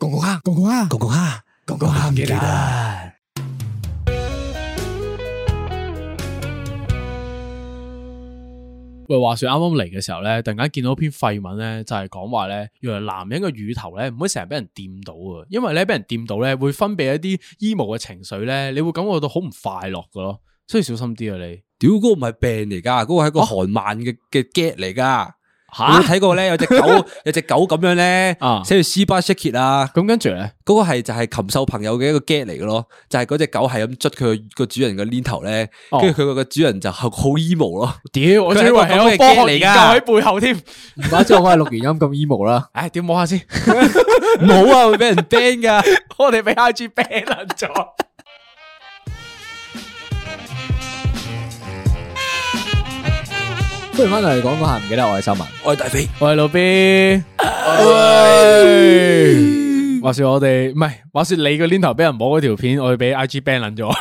공공하 공공하 공공하 공공합니다. ㄍ 喂，話說啱啱嚟嘅時候咧，突然間見到篇廢文咧，就係講話咧，原來男人嘅乳頭咧唔可以成日俾人掂到啊，因為咧俾人掂到咧會分泌一啲 emo 嘅情緒咧，你會感覺到好唔快樂噶咯，所以小心啲啊你。屌，嗰個唔係病嚟噶，嗰個係一個韓漫嘅嘅 get 嚟噶。哦嚇有冇睇過咧？有隻狗， 有隻狗咁樣咧啊，寫住 s 巴 shake it 啊。咁跟住咧，嗰個係就係禽獸朋友嘅一個 get 嚟嘅咯，就係嗰隻狗係咁捽佢個主人個鏈頭咧，哦跟住佢個主人就好好 emo 咯。屌，我仲以為係有科學研究喺背後 添。唔怪之我嗰日錄完音咁 emo 啦。唉，屌摸下先，唔好啊， 會俾人 ban 噶。 我哋俾 I G ban 撚咗。不如翻嚟講講下，唔記得我係修文。我係大肥，我係老 B。喂，話說我哋唔係，話說你個 l 頭俾人摸嗰條片，我哋俾 I G ban 撚咗，好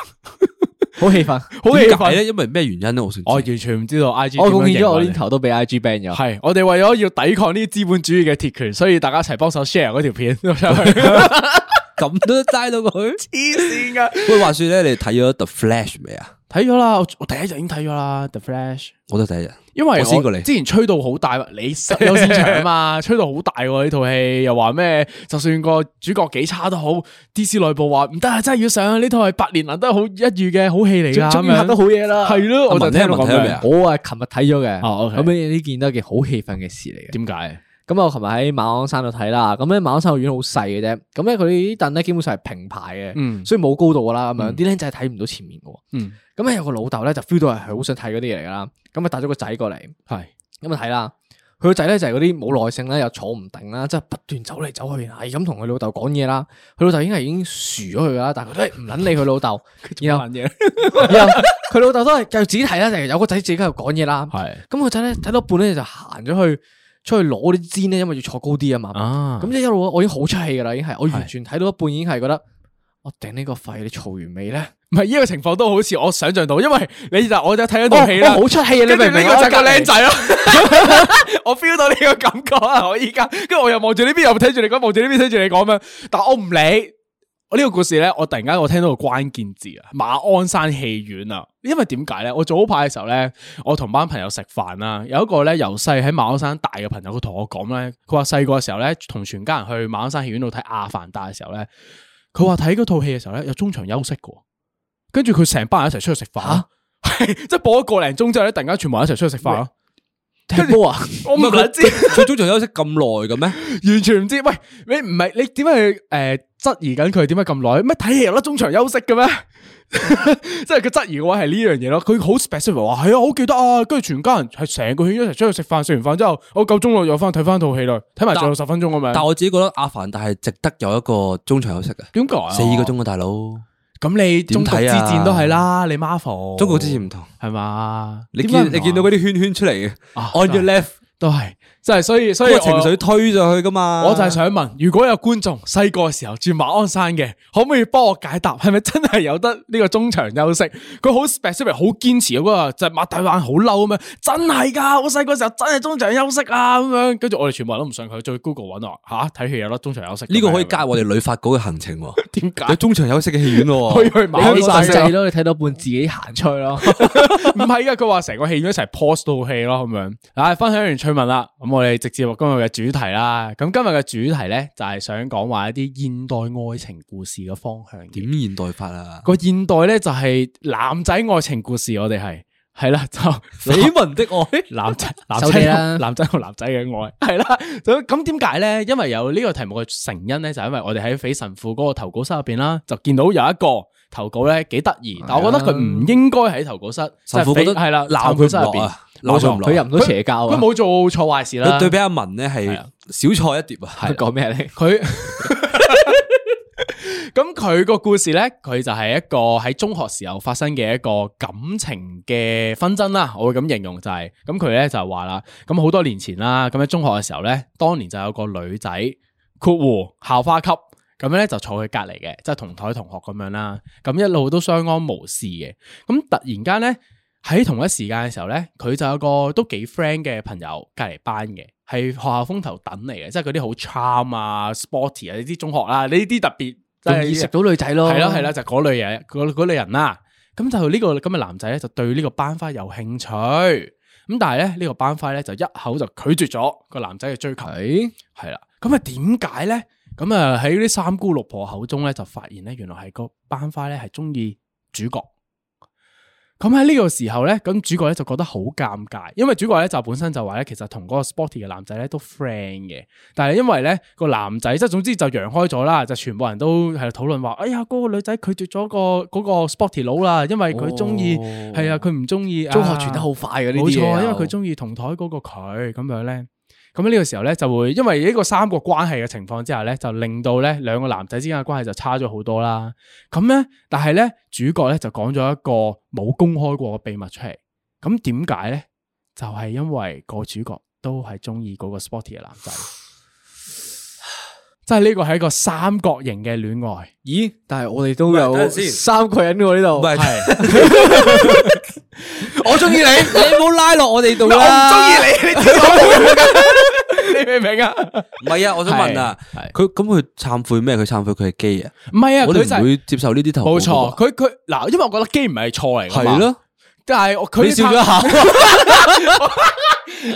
好氣憤。氣點解憤。咧？因為咩原因咧？我想知我完全唔知道 I G 我貢獻咗我呢頭都俾 IG ban 咗。係，我哋為咗要抵抗呢啲資本主義嘅鐵拳，所以大家一齊幫手 share 嗰條 片上去。咁都齋到佢。黐線噶！喂，話說咧，你睇咗 The Flash 未啊？睇咗啦，我我第一日已經睇咗啦，The Flash。我都 睇咗。因為我先過你之前吹到好大，你實有市場啊嘛，吹到好大喎呢套戲，又話咩？就算個主角幾差都好，DC 內部話唔得啊，真係要上啊呢套係百年難得好一遇嘅好戲嚟終㗎，終於咁樣拍到好啊嘢啦係咯，我就文聽聽到文咁睇咗未啊樣。我啊，琴日睇咗嘅。哦，OK 咁呢呢件都係件好氣憤嘅事嚟嘅。點解？咁我琴日喺馬鞍山度睇啦。咁咧馬鞍山個院好細嘅啫。咁咧佢啲凳咧基本上係平排嘅，嗯所以冇高度噶啦。咁樣嗯啲僆仔睇唔到前面嘅喎。嗯，咁咧有個老豆咧就 feel 到係好想睇嗰啲嘢嚟㗎啦。咁啊帶咗個仔過嚟。係咁啊睇啦。佢個仔咧就係嗰啲冇耐性啦，又坐唔定啦，即係不斷走嚟走去，係咁同佢老豆講嘢啦。佢老豆已經係已經薯咗佢噶啦，但係佢都係唔撚理佢老豆。然後扮嘢然後佢老豆都係繼續自己睇啦，就係有個仔自己喺度講嘢啦。係咁個仔咧睇到一半咧就行咗去出去攞啲氈咧，因為要坐高啲啊嘛。啊咁即係一路我已經好出氣噶啦，已經係我完全睇到一半已經係覺得我頂呢個肺，你嘈完 未咧？唔係呢個情況都好似我想象到，因為你就我就睇咗套戲啦我，好出氣啊！你跟住明唔呢明個啊？就係個僆仔咯， 我 feel 到呢個感覺啊！我依家，跟住我又望住呢邊，又睇住你講，望住呢邊睇住你講咁樣，但我唔理。我呢個故事咧，我突然間我聽到個關鍵字啊，馬鞍山戲院啊，因為點解咧？我早排嘅時候咧，我同班朋友食飯啦，有一個咧由細喺馬鞍山大嘅朋友，佢同我講咧，佢話細個嘅時候咧，同全家人去馬鞍山戲院度睇《阿凡達》嘅時候咧，佢話睇嗰套戲嘅時候咧，有中場休息嘅喎，跟住佢成班人一齊出去食飯嚇咯，係即係播咗個零鐘之後咧，突然間全部人一齊出去食飯咯。踢波啊！我唔撚知，佢中場休息咁耐嘅咩？完全唔知。喂，你唔係你點解去诶质疑緊佢點解咁耐？咩睇戲有得中場休息嘅咩？ 即係佢質疑嘅話係呢樣嘢咯。佢好 specific 話係啊，我好記得啊。跟住全家人係成個圈一齊出去食飯，食完飯之後，我夠鐘咯，又翻睇翻套戲啦，睇埋最後十分鐘咁但樣。我自己覺得《阿凡達》係值得有一個中場休息嘅，點解啊四個鐘啊，大佬。咁你中點國之睇啊戰都係啦，你 Marvel 中國之前唔同，係嘛？你點解見唔你見到嗰啲圈圈出嚟嘅啊，on your left，都係，即係所以所嗰以個我情緒推上去噶嘛。我就係想問，如果有觀眾細個嘅時候住馬鞍山嘅，可唔可以幫我解答，係咪真係有得呢個中場休息？佢好 specific，好堅持嗰個就係擘大眼好嬲咁樣，真係㗎！我細個時候真係中場休息啊咁樣，跟住我哋全部人都唔信佢，再 Google 揾我吓睇戲有得中場休息。呢個可以加入我哋旅發局嘅行程 喎，點有解？中場休息嘅戲院可以喎。 去馬你鞍細山仔㗎咯，你睇到一半自己行出去 咯。唔係㗎，佢話成個戲院一齊 pause 套戲咯，咁樣。唉，分享完趣聞啦，咁我哋直接落今日嘅主題啦。咁今日嘅主題咧，就係想講話一啲現代愛情故事嘅方向嘅。點現代法 啊？個現代咧就係男仔愛情故事，我哋係係啦， 就緋聞的愛，男仔男手機仔啦男仔同男仔嘅愛係啦。咁咁點解咧？因為有呢個題目嘅成因咧，就係因為我哋喺匪神父嗰個投稿室入邊啦，就見到有一個投稿咧幾得意，但我覺得佢唔應該喺投稿室，神父覺得即係匪係啦， 鬧佢投稿室入邊唔落啊，鬧佢冇錯唔落佢入啊。唔到邪教佢啊！冇做錯壞事啦對。比阿文咧係啊小菜一碟啊，系讲咩咧？佢 咁佢個故事咧，佢就係一個喺中學時候發生嘅一個感情嘅紛爭啦，我會咁形容就係、咁佢咧就話啦，咁好多年前啦，咁喺中學嘅時候咧，當年就有個女仔括弧校花級。咁咧就坐佢隔離嘅，即係同台同學咁樣啦。咁一路都相安無事嘅。咁突然間咧，喺同一時間嘅時候咧，佢就有個都幾 friend 嘅朋友隔離班嘅，係學校風頭等嚟嘅，即係嗰啲好 charm 啊、sporty 啊呢啲中學啦，呢啲特別即容易食到女仔咯，系啦系啦，就嗰類嘢，嗰嗰類人啦。咁就呢個咁嘅男仔咧，就對呢個班花有興趣。咁但係咧，呢個班花咧就一口就拒絕咗個男仔嘅追求。係。係啦，咁啊點解咧？咁啊喺呢三姑六婆口中咧，就發現咧，原來係個班花咧係中意主角。咁喺呢個時候咧，咁主角咧就覺得好尷尬，因為主角咧就本身就話咧，其實同嗰個 sporty 嘅男仔咧都 friend 嘅，但係因為咧個男仔即係總之就揚開咗啦，就全部人都喺度討論話，哎呀嗰、個女仔拒絕咗個嗰、個 sporty 佬啦，因為佢中意哦係啊，佢唔中意中學啊傳得好快嘅呢冇啲嘢哦錯，又，因為佢中意同台嗰個佢咁樣咧。咁呢個時候咧就會因為呢個三角關係嘅情況之下咧，就令到咧兩個男仔之間嘅關係就差咗好多啦。咁咧，但係咧主角咧就講咗一個冇公開過嘅秘密出嚟。咁點解咧？就係、因為個主角都係中意嗰個 sporty 嘅男仔，即係呢個係一個三角形嘅戀愛。咦？但係我哋都喂有等陣先三個人喎呢度，唔系？ 我中意你，你唔好拉落我哋度啦！我唔中意你，你知我冇㗎你明唔明啊？你。唔系啊，我想问啊係係，佢咁佢忏悔咩？佢忏悔佢系基啊？ 唔係啊，我佢就哋係唔会接受呢啲投稿冇㗎喎錯，。佢佢嗱，因為我覺得基唔係錯嚟㗎嘛系，咯，但係我佢你笑咗一下，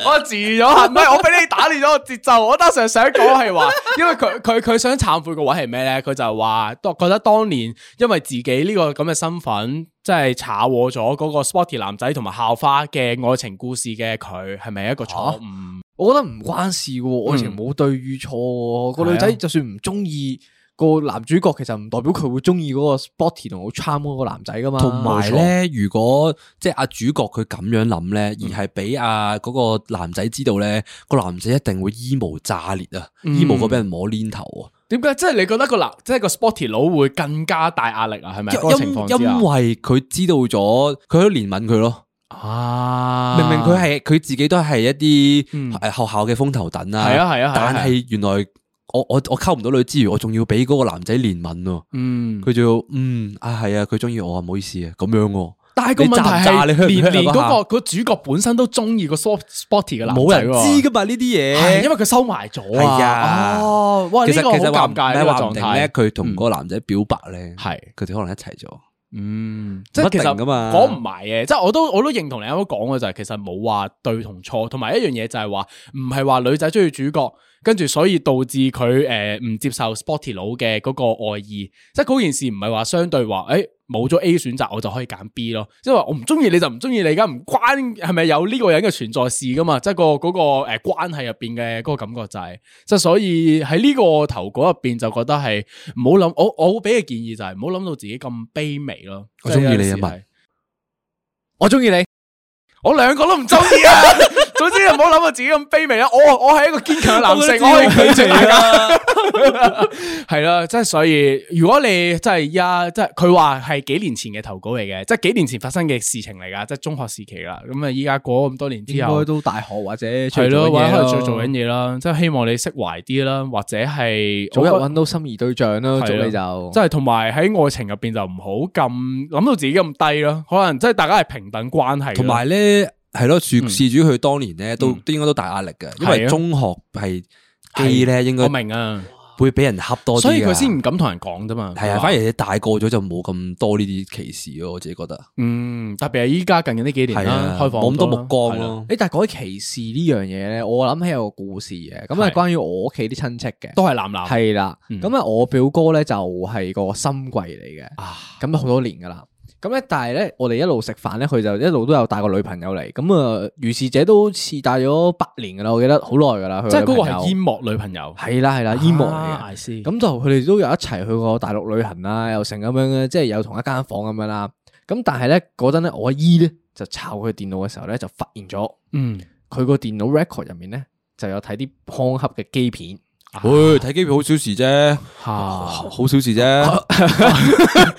我自咗下，唔係我俾你打亂咗個節奏。我當時想講係 話，因為佢佢佢想懺悔個位係咩咧？佢就話，當覺得當年因為自己呢個咁嘅身份，即係炒和咗嗰個 sporty 男仔同埋校花嘅愛情故事嘅佢，係咪一個錯誤？我覺得唔關事嘅喎，愛情冇對與錯喎。個女仔係啊就算唔中意個男主角，其實唔代表佢會中意嗰個 sporty 同好 charm 嗰個男仔噶嘛。同埋冇錯，咧，如果即系阿主角佢咁樣諗咧，嗯而係俾阿嗰個男仔知道咧，個男仔一定會衣無炸裂啊，嗯衣無嗰俾人摸鏈頭啊，點解？即係你覺得個男，即係個 sporty 佬會更加大壓力啊？係咪？嗰個因情因況之下因為佢知道咗，佢都憐憫佢咯。啊，明明佢係佢自己都係一嗯啲诶学校嘅風頭等啊，係啊係啊係啊但係原來我我我沟唔到女之餘，我仲要俾嗰個男仔憐憫喎。嗯。佢仲要嗯啊係啊，佢中意我啊，唔好意思啊，咁樣喎。但係個你問題炸唔炸你係，香唔連香啊連嗰下嗰個個主角本身都中意個 soft sporty 嘅男仔冇人喎知噶嘛呢啲係嘢因。為佢收埋咗係啊。啊哦，哇，其呢實個好其實話尷唔尬係呢個話唔狀定態。咧，嗯佢同嗰個男仔表白咧，係佢哋可能一齊咗。嗯，即係唔一其定實㗎嘛講唔埋嘅，即係我都我都認同你啱啱講嘅就係其實冇話對同錯，同埋一樣嘢就係話唔係話女仔中意主角，跟住所以導致佢誒唔接受 sporty 佬嘅嗰個愛意，即係嗰件事唔係話相對話誒冇咗 A 選擇我就可以揀 B 咯，即係話我唔中意你就唔中意你，㗎，唔關係咪有呢個人嘅存在事噶嘛，即係個嗰個誒關係入邊嘅嗰個感覺就係、即係所以喺呢個投稿入邊就覺得係唔好諗，我我會俾嘅建議就係唔好諗到自己咁卑微咯。我鍾意你啊即係有時嘛係我中意你，我兩個都唔中意啊！ 總之就唔好諗到自己咁卑微啦。啊我我係一個堅強嘅男性，我可以拒絕啊大家。啦。 係啦，即係所以，如果你真係依家，即係佢話係幾年前嘅投稿嚟嘅，即係幾年前發生嘅事情嚟㗎，即係中學時期啦。咁啊，依家過咗咁多年應之後該。都大學或者出係嚟咯，做或者緊嘢咯可能做做緊嘢啦，哦即係希望你釋懷啲啦，或者係早日我覺得揾到心儀對象啦，係啊祝你就即係同埋喺愛情入邊就唔好咁諗到自己咁低咯，可能即係大家係平等關係咯，同埋咧，係咯，事事主佢當年咧都都應該都大壓力嘅，因嗯係為啊中學係基咧，應我該明啊，會俾人恰多啲㗎，啊所以佢先唔敢同人講啫嘛。係啊。反而你大個咗就冇咁多呢啲歧視咯，我自己覺得嗯，特別係依家近近呢幾年係啦啊，，開放冇咁多目光啦係啊，咯。誒，但係講起歧視呢樣嘢咧，我諗起有個故事嘅，咁係係關於我屋企啲親戚嘅，都係男男係啦，嗯咁啊，我表哥咧就係個深櫃嚟嘅。啊，咁都好多年噶啦。咁咧，但係咧，我哋一路食飯咧，佢就一路都有帶個女朋友嚟。咁啊，如是者都好似帶咗八年噶啦，我記得好耐噶啦。佢即係嗰個女朋友係煙幕女朋友，係啦啊啊係啦，煙幕嚟嘅。 I see 咁就佢哋都有一齊去過大陸旅行啦，又成咁樣嘅，即係有同一間房咁樣啦。咁但係咧嗰陣咧，我阿姨咧就抄佢電腦嘅時候咧，就發現咗嗯佢個電腦 record 入面咧就有睇啲康恰嘅基片，喂，睇機票好小事啊啫，吓好小 事啫，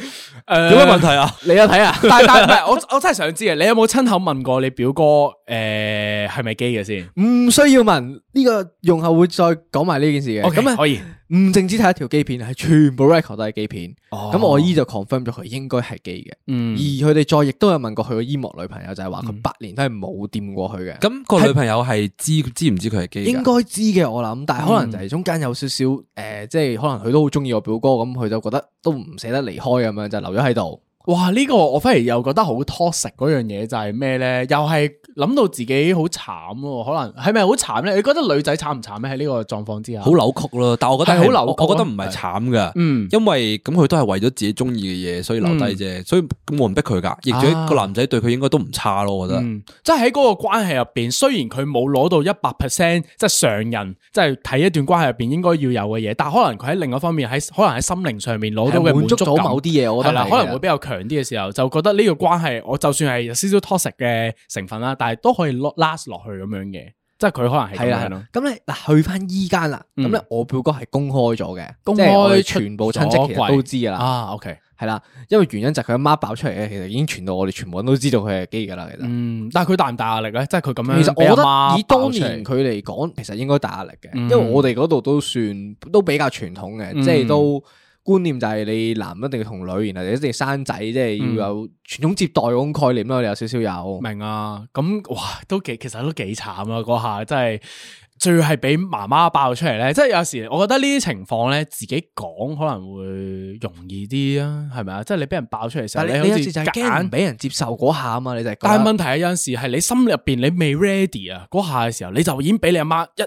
诶有咩問題啊？你 有睇啊？但但唔係，我我真係想知啊！你有冇親口問過你表哥诶係咪基嘅哦先？唔需要問呢個，用後會再講埋呢件事嘅。 OK，咁啊，可以唔淨止睇一條基片，係全部 record 都係基片。哦咁我姨就 confirm 咗佢應該係基嘅。嗯而佢哋再亦都有問過佢個姨幕女朋友，就係話佢八年都係冇掂過佢嘅。咁個女朋友係知知唔知佢係基㗎？應該知嘅我諗，但係可能就係中間有少少誒、呃即係可能佢都好中意我表哥，咁佢就覺得都唔捨得離開咁樣，就留咗喺度。哇！呢、個我反而又覺得好 toxic 嗰樣嘢就係咩咧？又係諗到自己好慘喎，可能係咪好慘咧？你覺得女仔慘唔慘咧？喺呢個狀況之下，好扭曲咯，但我覺係得好係扭曲我我覺咯得唔係係慘噶，嗯因為咁佢都係為咗自己中意嘅嘢，所以留低啫，所以咁冇人逼佢噶，亦啊咗個男仔對佢應該都唔差咯，我覺得。嗯，即係喺嗰個關係入邊，雖然佢冇攞到一百 percent，即係常人，即係睇一段關係入邊應該要有嘅嘢，但可能佢喺另一方面喺可能喺心靈上面攞到嘅係滿滿足足到感某啲嘢，我覺係得啦，係可能會嘅比較強啲嘅時候，就覺得呢個關係，我就算係有少少 toxic 嘅成分啦，但係都可以 lo- last 落去咁樣嘅，即係佢可能係係咁啦，樣係咯啦。咁咧嗱，去翻依間啦，嗯咁咧我表哥係公開咗嘅，公即係我哋開出全部親戚其實咗都櫃知噶啦，啊，OK，係啦，因為原因就係佢阿媽爆出嚟嘅，其實已經傳到我哋全部人都知道佢係基噶啦，其實。嗯，但係佢大唔大壓力咧？即係佢咁樣，其實我覺覺得以當年佢嚟講，其實應該大壓力嘅，因嗯為我哋嗰度都算都比較傳統嘅，嗯即係都觀念就係你男一定要同女，然後你一定要生仔，即嗯係要有傳統接待嗰種概念啦。我哋有少少有，明啊，咁哇都幾，其實都幾慘啊！嗰下真係。最係俾媽媽爆出嚟咧，即係有時我覺得呢啲情況咧，自己講可能會容易啲啊，係咪啊？即係你俾人爆出嚟嘅時候，但係好你有似時就係夾驚硬唔俾人接受嗰下啊嘛，你就係覺得但 係問題係有陣時係你心入邊你未 ready 啊，嗰下嘅時候你就已經俾你阿媽一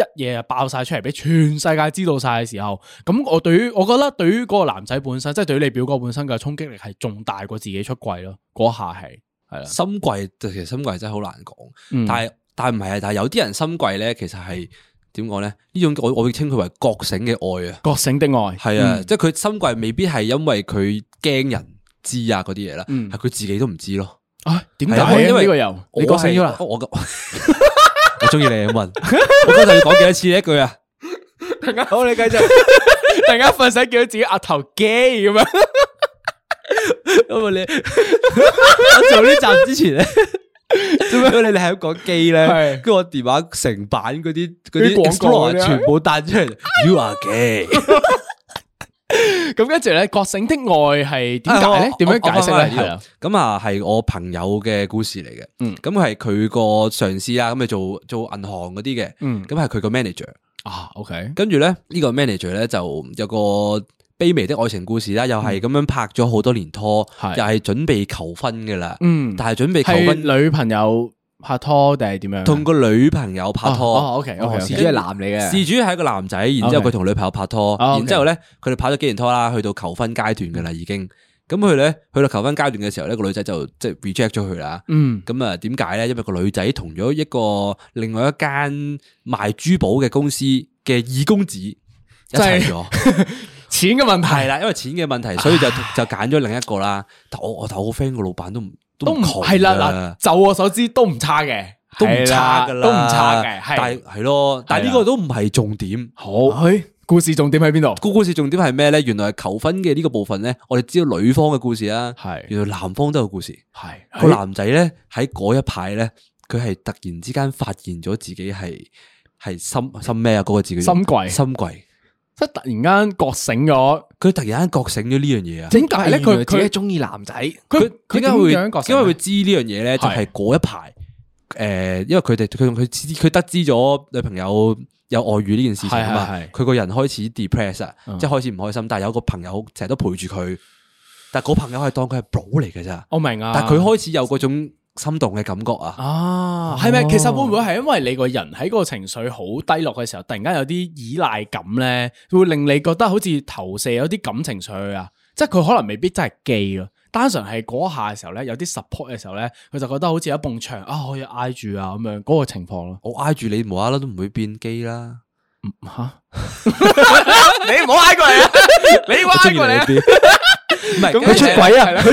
一夜爆晒出嚟，俾全世界知道晒嘅時候，咁我對於我覺得對於嗰個男仔本身，即係對於你表哥本身嘅衝擊力係仲大過自己出櫃咯，嗰下係係啦，心櫃其實心櫃真係好難講，嗯但係但係唔係啊，但係有啲人心櫃咧，其實係點講咧？呢種我我會稱佢為覺醒嘅愛啊，覺醒的愛係啊，即係佢心櫃未必係因為佢驚人知啊嗰啲嘢啦，嗯係佢自己都唔知咯。啊，點係啊解因因為呢個又我你覺醒咗啦係我我 我中意你啊問，我今日要講幾多次呢一句啊？好，你繼續。突然間瞓醒，見到自己額頭肌 咁樣，因為你我做呢集之前咧，做咩？因為你係咁講機咧，係跟住我電話成版嗰啲嗰啲啲廣告 Explorer 嗰啲啊全部彈出 嚟，You are gay。咁跟住咧，覺醒的愛係 點解咧啊？點我樣解釋咧？係我我啊，咁啊，係我朋友嘅故事嚟嘅。嗯咁係佢個上司啊，咁咪做做銀行嗰啲嘅。嗯咁係佢個 manager。啊，OK，À, 跟住咧，呢個 manager 咧就有個卑微的愛情故事啦，又係咁樣拍咗好多年拖，嗯係又係準備求婚噶啦。嗯但係準備求婚係女朋友拍拖定係點樣？同個女朋友拍哦哦拖。 ，OK，OK，OK 事主係男嚟嘅，事主係一個男仔，然之後 OK 佢同女朋友拍拖，哦，OK 然之後咧佢哋拍咗幾年拖啦，去到求婚階段噶啦已經。咁佢咧去到求婚階段嘅時候咧，個女仔就即係 reject 咗佢啦。嗯，咁啊，點解咧？因為個女仔同咗一個另外一間賣珠寶嘅公司嘅二公子一齊咗，錢嘅問係題啦，因為錢嘅問題，所 以就就揀咗另一個啦。但我我但我 friend 個老闆都唔都唔窮係㗎啦嗱，就我所知都唔差嘅，都唔差係噶啦，都唔差嘅，但係係係咯，但係呢係個啊都唔係重點。好。故事重點喺邊度？個故事重點係咩咧？原來求婚嘅呢個部分咧，我哋知道女方嘅故事啦，係原來男方都有故事。係個男仔咧喺嗰一排咧，佢係突然之間發現咗自己係係心心咩啊？嗰、個字叫做心悸心悸。即係突然間覺醒咗，佢突然間覺醒咗呢樣嘢啊！點解咧？原佢來自己佢中意男仔，佢佢點點解會樣覺醒點呢？解會知呢樣嘢咧？就係嗰一排诶、誒因為佢哋佢佢知佢得知咗女朋友有外遇呢件事情啊嘛係係係，佢個人開始 depress 啊、嗯即係開始唔開心。但係有個朋友成日都陪住佢，但係嗰朋友係當佢係寶嚟嘅咋，我明啊，但係佢開始有嗰種心動嘅感覺啊！啊，係咪？其實會唔會係因為你個人喺嗰個情緒好低落嘅時候，突然間有啲依賴感咧，會令你覺得好似投射有啲感情上去啊？即係佢可能未必真係記咯，單純係嗰下嘅時候咧，有啲 support 嘅時候咧，佢就覺得好似有一埲牆啊，可以挨住啊咁樣嗰個情況咯。我挨住你無啦啦都唔會變機啦，吓，你唔好挨過嚟啊！你唔好我中挨意過嚟啊！啲。唔係咁佢出軌啊！佢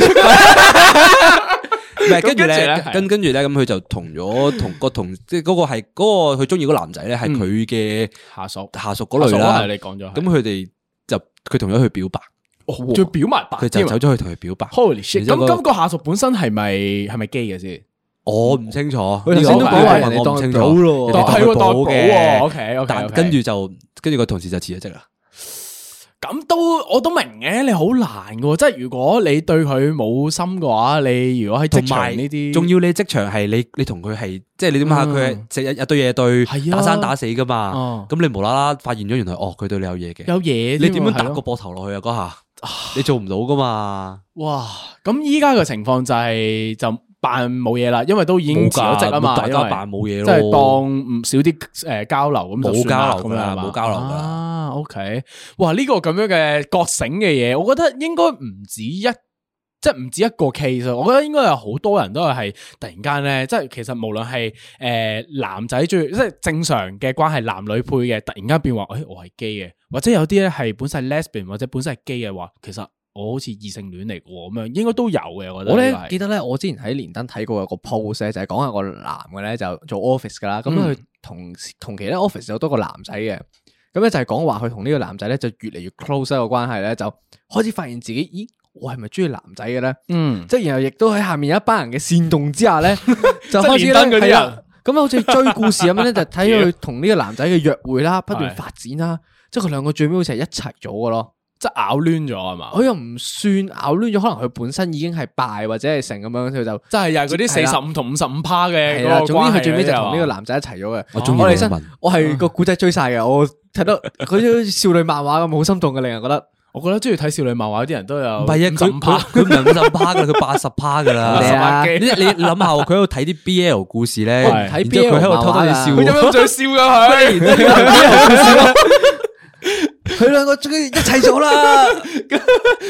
出係咁跟跟住住咧咧，係跟跟住咧，咁佢就同咗同個同即係嗰個係嗰個佢中意嗰個男仔咧，係佢嘅嗯下屬下屬嗰類係啦你。講咗，咁佢哋就佢同咗佢表白，咁仲要表埋白啊佢就走咗去同佢表白。 Holy shit！然之咁後嗰咁個個下屬本身係咪係咪 gay 嘅先？我唔清楚，呢個頭先都講話呢個人哋我唔當清寶楚咯人哋哦當係喎佢當寶寶嘅喎。，OK，OK，OK 但跟住就跟住個同事就辭咗職啦。咁都我都明嘅，你好難嘅喎，即係如果你對佢冇心嘅話，你如果喺同職埋場呢啲，仲要你職場係你你同佢係即係你點下嗯佢係成日日對夜對係啊打生打死噶哦嘛，咁你無啦啦發現咗原來哦佢對你有嘢嘅，有嘢啊你添喎，點樣係搭咯個膊頭落去啊？嗰下你做唔到噶嘛？哇！咁依家嘅情況就係就扮冇嘢啦，因為都已經冇辭咗職啊嘛，㗎大因為家扮冇嘢即咯，係當唔少啲誒交流咁就冇算啦交流咁㗎啦樣係嘛冇交流㗎啦啊，OK，哇！呢個咁樣嘅覺醒嘅嘢，我覺得應該唔止一。即係唔止一個 case，我覺得應該有好多人都係突然間咧，即係其實無論係誒男仔最即係正常嘅關係，男女配嘅，突然間變話，誒、我係 gay 嘅，或者有啲咧係本身係 lesbian 或者本身係 gay 嘅話，其實我好似異性戀嚟嘅喎，咁樣應該都有嘅，我覺得我咧呢個係記得咧，我之前喺連登睇過有個 post 咧，就係講下個男嘅咧就做 office 噶啦，咁嗯佢同同期咧 office 有多個男仔嘅，咁咧就係講話佢同呢個男仔咧就越嚟越 close 啦個關係咧，就開始發現自己咦我係咪中意男仔嘅咧？嗯，即係然後亦都喺下面有一班人嘅煽動之 下咧，就係開始連登嗰啲人啊咧係啦咁啊好似追故事咁樣咧，就睇佢同呢個男仔嘅約會啦，不斷係發展啦，即係佢兩個最尾好似係一齊咗嘅咯。即係咬攣咗係嘛？佢又唔算咬攣咗，可能佢本身已經係敗或者係成咁樣，佢就即係又係嗰啲係四啦十五同五十五趴嘅係嗰啦。個關係嚟總嘅，之佢最尾就同呢個男男仔一齊咗嘅。我中意哋你真文，我係個古仔追晒嘅，我睇到佢啲少女漫畫咁好心動嘅，令人覺得我覺得中意睇少女漫畫啲人都有唔係啊，五十五佢趴佢佢唔係五十趴噶，佢八十趴噶 我哋啦。啊你你諗下喎，佢喺度睇啲 BL 故事咧，我唔睇然之後佢喺度偷偷地佢笑。咁嘴笑㗎 佢，佢兩個終於一齊咗啦，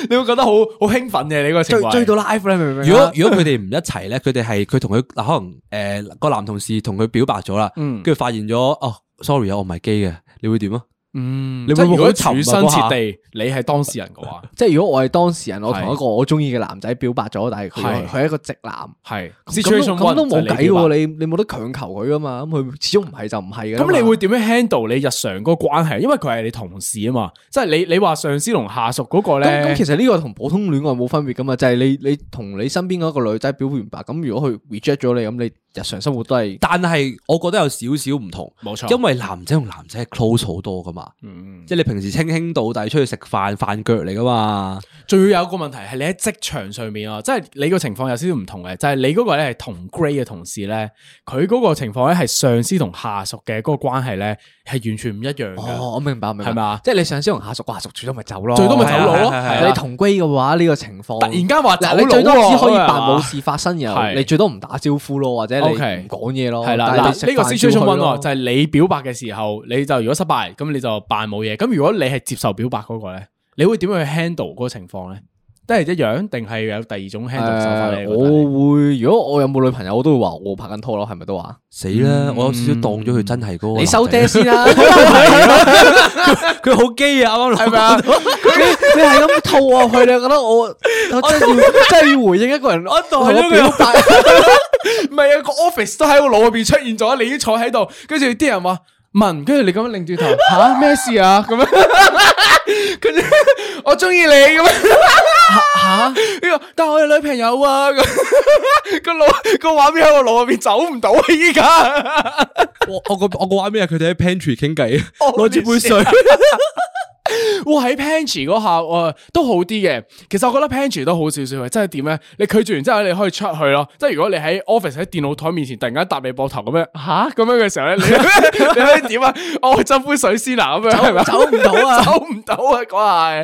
你會覺得好好興奮嘅你個情追懷。追到 live 啦，明唔明啊？如果如果佢哋唔一齊咧，佢哋係佢同佢嗱可能诶個男同事同佢表白咗啦，嗯跟住發現咗哦，sorry 啊，我唔係基嘅，你會點啊？嗯，你即係會唔會如果好處沉啊身嗰設下地，你係當事人嘅 話，即係如果我係當事人，我係同一個我中意嘅男仔表白咗，但係係佢佢係一個直男，係咁都 situation 咁都冇 one，就係計表白喎，你你冇得強求佢噶嘛，咁佢始終唔係就唔係嘅。咁你會點樣 handle 你日常嗰個關係？因為佢係你同事啊嘛，即係你你話上司同下屬嗰個咧，咁咁其實呢個同普通戀愛冇分別噶嘛，就係你你同你身邊嗰個女仔表完白，咁如果佢 reject 咗你，咁你日常生活都係但係我覺得有少少唔同，冇錯，因為男仔同男仔係 close 好多噶嘛，嗯即係你平時稱兄道弟出去食飯，飯腳嚟噶嘛。仲要有一個問題係你喺職場上面啊，即係你個情況有少少唔同嘅，就係、你嗰個咧係同 grade 嘅同事咧，佢嗰個情況咧係上司同下屬嘅嗰個關係咧係完全唔一樣嘅。哦，我明白，我明白，係咪啊即係你上司同下屬，個下屬最多咪走咯，最多咪走佬係啊咯係啊係啊你同歸嘅話，呢個情況突然間話走佬嗱，你最多只可以喎扮冇事發生，然後係你最多唔打招呼咯，或者你 OK 唔講嘢咯。係啦，哦但係你嗱食呢個飯照 situation 去 one 咯喎就係你表白嘅時候，你就如果失敗，咁你就扮冇嘢。咁如果你係接受表白嗰個咧，你會點樣去 handle 嗰個情況咧？都係一樣，定係有第二種 handle 手法誒咧？，我會如果我有冇女朋友，我都會話我拍緊拖咯，係咪都話？死嗯啦！我有少少當咗佢真係嗰個。你收爹，先啦，佢好基啊！啱啱係咪啊？你係咁套我去，你覺得我我真係要真係要回應一個人，我同我表白，唔係啊，個 office 都喺我腦入邊出現咗，你已經坐喺度，跟住啲人話問，跟住你咁樣擰住頭，吓咩事啊？咁樣， 跟住我中意你咁樣，吓呢個，但係我有女朋友啊，咁 個腦個畫面喺我腦入邊走唔到啊！依家我我個我個畫面係佢哋喺 pantry 傾偈，Oh， Holy 攞住杯水。哇喺 Pantry 嗰下，我都好啲嘅。其實我覺得 Pantry 都好少少嘅，即係點咧？你拒絕完之後，你可以出去咯。即係如果你喺 office 喺電腦台面前突然間搭你膊頭咁樣，吓咁樣嘅時候咧，你 你可以點啊？我斟杯水先啊，咁樣係咪走唔到啊！ 走唔到啊！嗰下係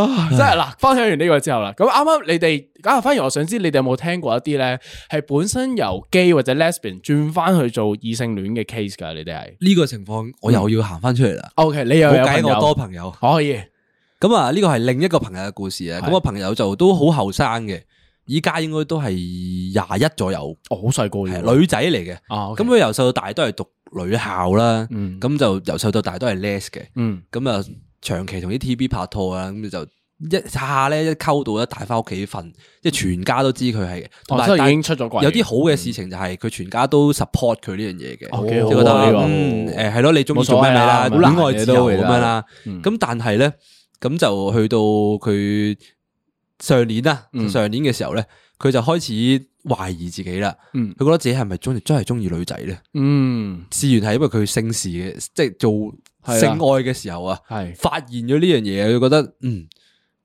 啊，真係嗱，分享完呢個之後啦，咁啱啱你哋啊，反而我想知你哋有冇聽過一啲咧，係本身由 gay 或者 lesbian 轉翻去做異性戀嘅 case 㗎？你哋係呢個情況我又要行翻出嚟啦。 OK，你又冇有計，朋我友哦多朋友。可以咁啊，呢個係另一個朋友嘅故事啊。係咁我朋友就都好後生嘅，依家應該都係廿一左右，哦，好細個係嘅女仔嚟嘅。啊，咁佢由細到大都係讀女校啦，嗯咁就由細到大都係 les 嘅。嗯。咁啊長期同啲 TB 拍拖啦，咁就一下咧一溝到一帶翻屋企瞓，即係全家都知佢係。同哦埋即係已但經出咗櫃有啲好嘅事情就係佢全家都 support 佢呢樣嘢哦嘅，幾好即係覺喎得呢個嗯誒係咯，你中意冇所做謂咩咪啦，啦好難戀愛自由嘅咁都樣啦。嗯咁但係咧，咁就去到佢上年啦，嗯上年嘅時候咧，佢就開始懷疑自己啦。嗯佢覺得自己係咪中意真係中意女仔咧？嗯，事源係因為佢性事嘅，即係做係啊性愛嘅時候啊，係發現咗呢樣嘢，佢覺得嗯，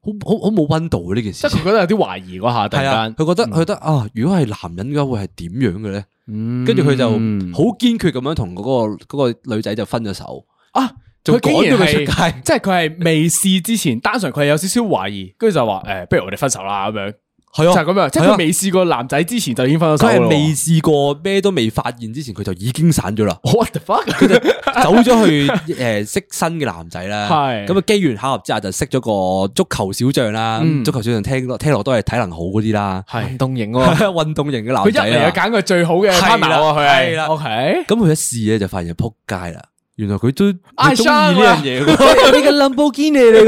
好好好冇温度嘅呢件即事係。佢覺得有啲懷疑嗰下，突係啊，然間，嗯佢覺得佢覺得啊，如果係男人嘅話，會係點樣嘅咧？嗯跟住佢就好堅決咁樣同嗰個嗰個女仔就分咗手，啊，仲佢趕竟然咗佢出係街。 即係佢係未試之前，單純佢係有少少懷疑，跟住就話誒，不如我哋分手啦咁樣，係就啊係咁樣，即係係啊佢未試過男仔之前就已經分咗手佢啦係啊喎未試過咩都未發現之前，佢就已經 散咗啦。 What the fuck？佢就走咗去誒識新嘅男仔啦，係咁啊機緣巧合之下就識咗個足球小將啦，嗯足球小將聽落聽落都係體能好嗰 啲啦，係動型喎，運動型嘅佢男一仔啊嚟啦就。揀個最好嘅係啦 partner 啊，佢係係啦 OK。咁佢一試咧就發現撲街啦，原來佢都哎佢中意呢樣嘢喎，呢個林寶堅尼嚟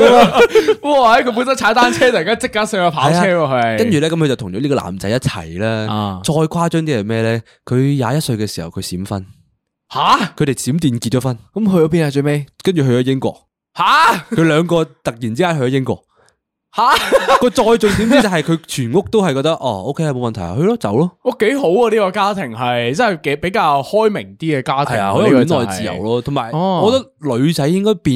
噶，哇！佢本身踩單車，突然間即刻上去跑車喎，佢係啊跟住咧咁佢就同咗呢個男仔一齊啦啊。再誇張啲係咩咧？佢廿一歲嘅時候佢閃婚，吓佢哋閃電結咗婚，咁去咗邊啊？最尾跟住去咗英國，吓佢兩個突然之間去咗英國。 吓，個再重點之就係佢全屋都係覺得哦，OK 冇問題啊，去咯走咯，我幾好啊！呢個家庭係真係幾比較開明啲嘅家庭，係啊，哦呢好有個戀就愛係自由。咯，同埋哦嗯我覺得女仔應該變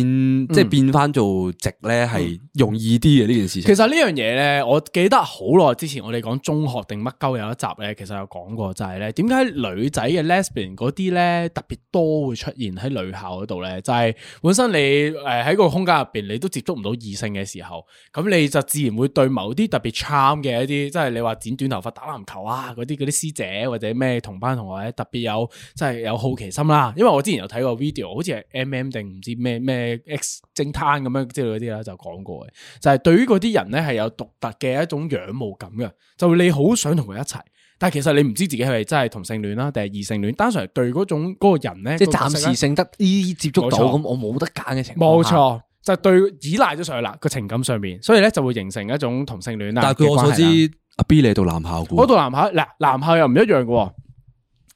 即係變翻做直咧係容易啲嘅呢件其事情，實呢樣嘢咧，我記得好耐之前我哋講中學定乜鳩有一集咧，其實有講過就係咧，點解女仔嘅 lesbian 嗰啲咧特別多會出現喺女校嗰度咧？就係、本身你誒喺個空間入邊，你都接觸唔到異性嘅時候，咁你就自然會對某啲特別 charm 嘅一啲，即係你話剪短頭髮打籃球啊嗰啲嗰啲師姐或者咩同班同學咧，特別有即係有好奇心啦。因為我之前有睇過 video，好似係 M M 定唔知咩咩 X 偵探咁樣之類嗰啲啦，就講過嘅。就係對於嗰啲人咧係有獨特嘅一種仰慕感嘅，就你好想同佢一齊，但係其實你唔知自己係咪真係同性戀啦，定係異性戀，單純係對嗰種嗰個人咧，即係嗰個角暫色時呢性得呢接觸到，冇錯咁我冇得揀嘅情況冇下，錯，就對依賴咗上去啦個情感上面，所以咧就會形成一種同性戀啦。啊但係據我所知嘅關係啦，阿 B 你係讀男校嘅我喎，讀男校嗱男校又唔一樣嘅喎，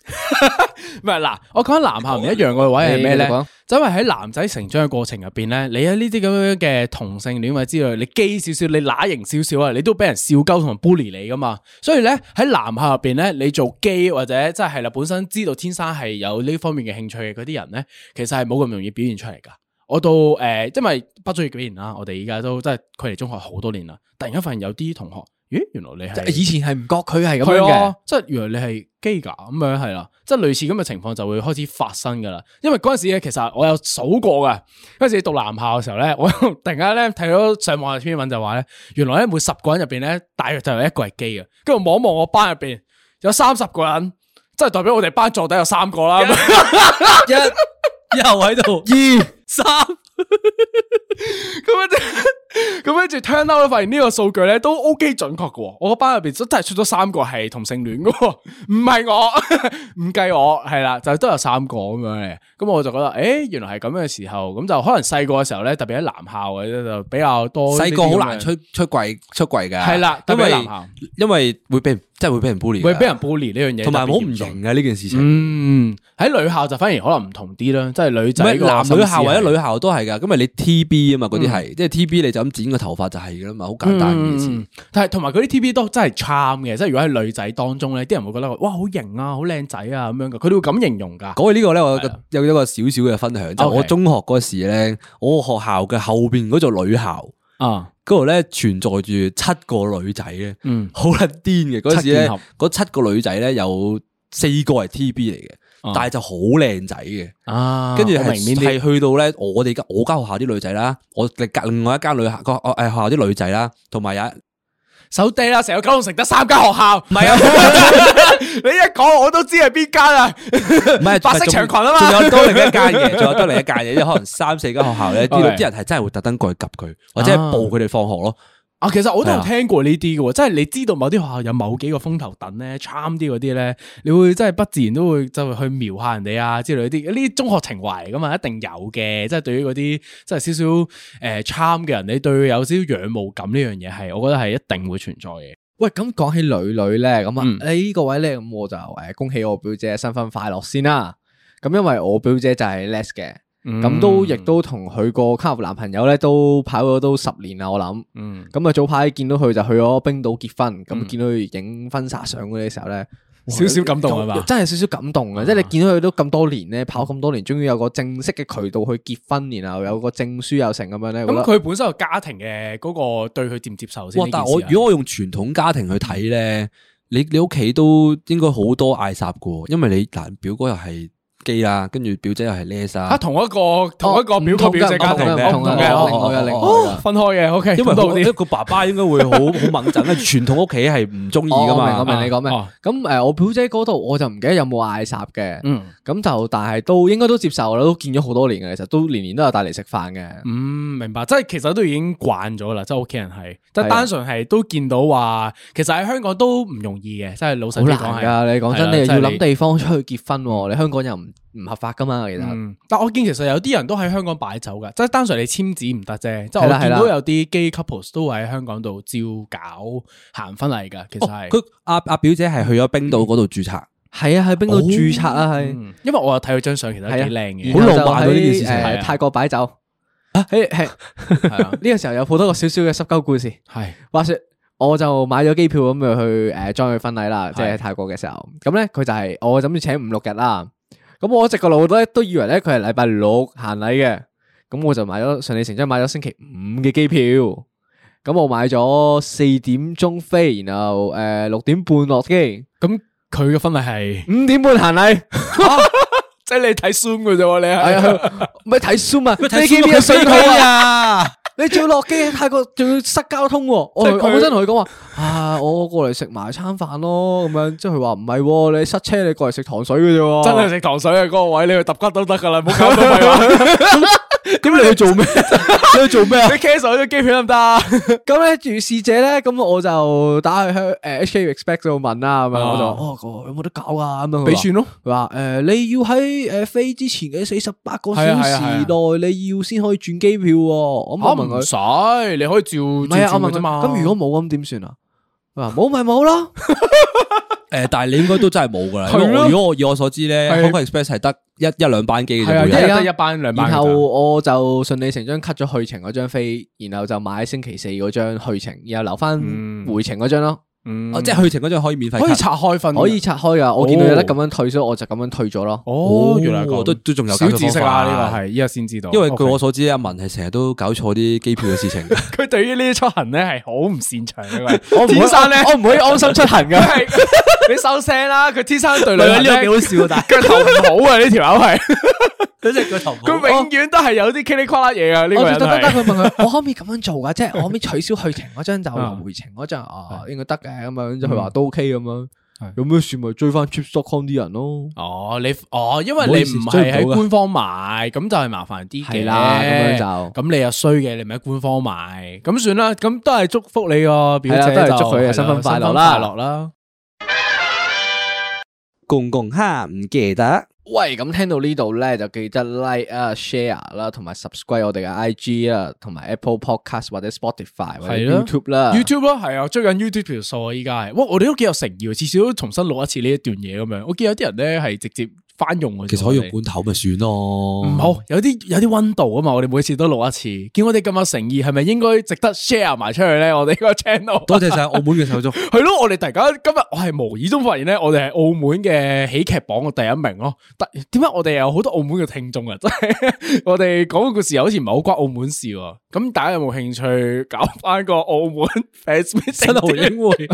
唔係嗱，我講緊男校唔一樣嘅位係咩你咧繼續？講就因為喺男仔成長嘅過程入邊咧，你喺呢啲咁樣嘅同性戀或者之類，你基少少，你乸型少少啊，你都俾人笑鳩同埋 bully 你噶嘛。所以咧喺男校入邊咧，你做基或者即係啦，本身知道天生係有呢方面嘅興趣嘅嗰啲人咧，其實係冇咁容易表現出嚟噶。我到誒、呃因為畢咗業幾年啦，我哋而家都真係距離中學好多年啦。突然間發現有啲同學，咦，原來你即係係以前係唔覺佢係咁係樣嘅啊，，即係原來你係基噶咁樣係啦，即係類似咁嘅情況就會開始發生噶啦。因為嗰陣時咧，其實我有數過噶，嗰陣時讀男校嘅時候咧，我 突然間咧睇到上網嘅篇文就話咧，原來咧每十個人入邊咧，大約就有一個係基嘅。跟住我望一望我班入邊有三十個人，即係代表我哋班座底有三個啦。一又喺度二三，咁跟住，咁跟住 turn out 咧，發現呢個數據咧都 OK 準確嘅喎。我個班入邊真係出咗三個係同性戀嘅喎， 唔係我，唔計我，係啦，就都有三個咁樣嘅。咁我就覺得，誒、原來係咁嘅時候，咁就可能細個嘅時候咧，特別喺男校嘅就比較多呢啲咁樣，細個好難出出櫃出櫃㗎，係啦因特別係為男校因為會俾人真係會俾人 bully，㗎會俾人 bully 呢樣嘢，同埋好唔型。型嘅呢件事情。嗯，喺女校就反而可能唔同啲啦，即係女唔仔係個男心女思校或者係女校都係㗎，咁咪你 TB 啊嘛，嗰啲係，即係 TB 你就咁剪個頭髮就係㗎啦嘛，好簡單嘅件事。嗯但係同埋嗰啲 TV 都真係 charm 嘅，即係如果喺女仔當中咧，啲人會覺得哇好型啊，好靚仔啊咁樣嘅，佢哋會咁形容噶。講起呢個咧，我有係個啊有一個少少嘅分享，就 OK 我中學嗰時咧，我學校嘅後邊嗰座女校啊，嗰度咧存在住七個女仔嘅，嗯，好撚癲嘅嗰時七咧劍俠，嗰七個女仔咧有四個係 TB 嚟嘅，但係就好靚仔嘅，啊，跟住我係明面啲，係去到咧我哋間我間學校啲女仔啦，我另另外一間女校個誒學校啲女仔啦，同埋啊有一手低啦，成個九龍城得三間學校，唔係啊， 你一講我都知係邊間啊， 唔係白色長裙啊嘛仲仲有多另一間 嘅，仲有多另 一間嘅，即係可能三四間學校咧，啲 OK 啊啲人係真係會特登過去及佢，或者係報佢哋放學咯。啊，其實我都係有啊聽過呢啲嘅喎，即係你知道某啲學校有某幾個風頭等咧，charm 啲嗰啲咧，你會真係不自然都會就去瞄下人哋啊之類啲，呢啲中學情懷咁啊，一定有嘅。即係對於嗰啲即係少少誒 charm 嘅人，你對佢有少少仰慕感呢樣嘢係，我覺得係一定會存在嘅。喂，咁講起女女咧，咁嗯啊，誒呢個位咧，咁我就誒恭喜我表姐新婚快樂先啦。咁因為我表姐就係 les 嘅，嗯咁都亦都同佢個卡合男朋友咧都跑咗都十年啦，我諗。嗯咁啊早排見到佢就去咗冰島結婚，嗯咁見到佢影婚紗相嗰啲時候咧，哇少少感動係啊嘛啊真係少少感動啊嘅，即係你見到佢都咁多年咧，跑咁多年，終於有個正式嘅渠道去結婚，然後有個證書又成咁樣咧。咁覺得佢本身個家庭嘅嗰個對佢接唔接受先哇呢件事啊？！但係我如果我用傳統家庭去睇咧，你你屋企都應該好多嗌霎噶，因為你嗱表哥又係基啦，跟住表姐又係 les 嚇啊，同一個同一個表哥唔同㗎表姐家庭唔同㗎嘅唔同嘅，哦另外嘅另外哦嘅。分開嘅，OK，因為咁都好我啲覺得個爸爸應該會好好猛震，因為傳統屋企係唔中意噶哦我嘛。明我明你講咩哦？咁诶，誒我表姐嗰度我就唔記得有冇嗌霎嘅，嗯咁就但係都應該都接受啦，都見咗好多年嘅，其實都年年都有帶嚟食飯嘅。嗯，明白，即係其實都已經慣咗啦，即係屋企人係，即係係啊單純係都見到話，其實喺香港都唔容易嘅，即係老好實啲講難係。㗎，你講係真，啦你真係又要你諗地方出去結婚喎，你香港又唔唔合法㗎嘛，其實。嗯，但我見其實有啲人都喺香港擺酒㗎，即係單純你簽字唔得啫。即係係啦我見係到啦有啲 gay couples 都會喺香港度照搞行婚禮㗎，其實哦係。佢阿阿表姐係去咗冰島嗰度註冊，係啊，喺邊度哦註冊啊？係。嗯因為我有睇佢張相，其實都幾係啊靚嘅。好然後就浪漫啊喺呢件事情誒係啊泰國擺酒啊，係係係啊呢個時候有好多個少少嘅濕鳩故事。 係話說我就買咗機票咁就去诶 join 佢婚禮啦，係即係泰國嘅時候。咁咧佢就係我諗住請五六日啦。咁我一直個腦咧都以為咧佢係禮拜六行禮嘅，咁我就買咗順理成章買咗星期五嘅機票。咁我買咗四點鐘飛，然後诶六點半落機，咁佢嘅婚禮係，五點半行禮。即係你睇 zoom 嘅啫喎，你係係。啊，咪睇 Zoom 啊，睇你見唔見 Zoom 啊信號啊？啊！ 你仲要落機喺泰國，仲要塞交通喎、我即係佢我本身同佢講話啊，我過嚟食埋餐飯咯，咁樣即係佢話唔係喎，你塞車你過嚟食糖水嘅啫喎。真係食糖水啊！嗰個位你去揼骨都得噶啦，唔好搞到咪話。咁你去做咩？ 你去做咩啊？你 cancel 咗機票得唔得啊？咁咧，住是者咧，咁我就打去香誒 HK Expect 度問啦，咁樣啊我就話哦，個有冇得搞啊？咁樣佢話俾算咯。佢話誒你要喺誒飛之前嘅四十八個小係啊係時啊係啊內，你要先可以轉機票喎。我我冇問唔佢。使，你可以照唔係啊，我照問佢轉啫嘛。咁如果冇咁點算啊？佢話冇咪冇咯，诶，但係你應該都真係冇噶啦。係咯因為我如果我以我所知咧係，Hong Kong Express 係得一一兩班機嘅係啊，啫一每日日。得一班兩班㗎咋。然後我就順理成章 cut 咗去程嗰張飛，然後就買星期四嗰張去程，然後留翻嗯回程嗰張咯，嗯哦即係去程嗰陣可以免費 cut。可以拆開份，可以。拆開啊噶。我見到有得咁樣退，所以我就咁樣退咗咯。哦，原來係咁都都仲有小解決知識啦，方法呢個係依家先知道。因為據 OK 我所知，阿文係成日都搞錯啲機票嘅 事情。佢對於呢啲出行咧係好唔擅長嘅喂，我唔會天生咧我唔可以安心出行噶。係你收聲啦！佢天生對女人咧幾好笑，但腳頭唔好啊！呢條友係佢只個頭佢永遠都係有啲噼里呱啦嘢啊！呢我個仲特登人係。佢問 佢，我可唔可以咁樣做 噶？即係我可唔可以取消去程嗰張就留回程嗰張？啊，應該得嘅咁樣。即係佢話都 OK 咁樣係。有咩事咪追翻 Trips.com 啲人咯。哦，你哦，因為唔好意你思唔追唔係到喺㗎官方買，咁就係麻煩啲嘅。係啦咁樣就咁你又衰嘅，你咪喺官方買，咁算啦。咁都係祝福你個表係姐，啦都係祝佢嘅就新婚快樂新婚啦快樂啦。公公哈唔記得。喂，咁聽到呢度咧，就記得 like 啊、share 啦，同埋 subscribe 我哋嘅 IG 啦，同埋 Apple Podcast 或者 Spotify 或者係咯 YouTube 啦。 YouTube 咯，係啊，最近 YouTube 條數啊，依家係，哇，我哋都幾有誠意，次次都重新錄一次呢一段嘢咁樣。我見有啲人咧係直接翻用嘅啫，其實可以用我哋罐頭咪算咯。唔好，有啲有啲温度啊嘛，我哋每次都錄一次，見我哋咁有誠意，係咪應該值得 share 埋出去咧？我哋個 channel。多謝晒澳門嘅手足。 系咯，我哋突然間今日我係無意中發現咧，我哋係澳門嘅喜劇榜嘅第一名咯。但點解我哋有好多澳門嘅聽眾啊？真係 我哋講嘅故事又好似唔係好關澳門事喎。咁大家有冇興趣搞翻個澳門 fans meeting？會。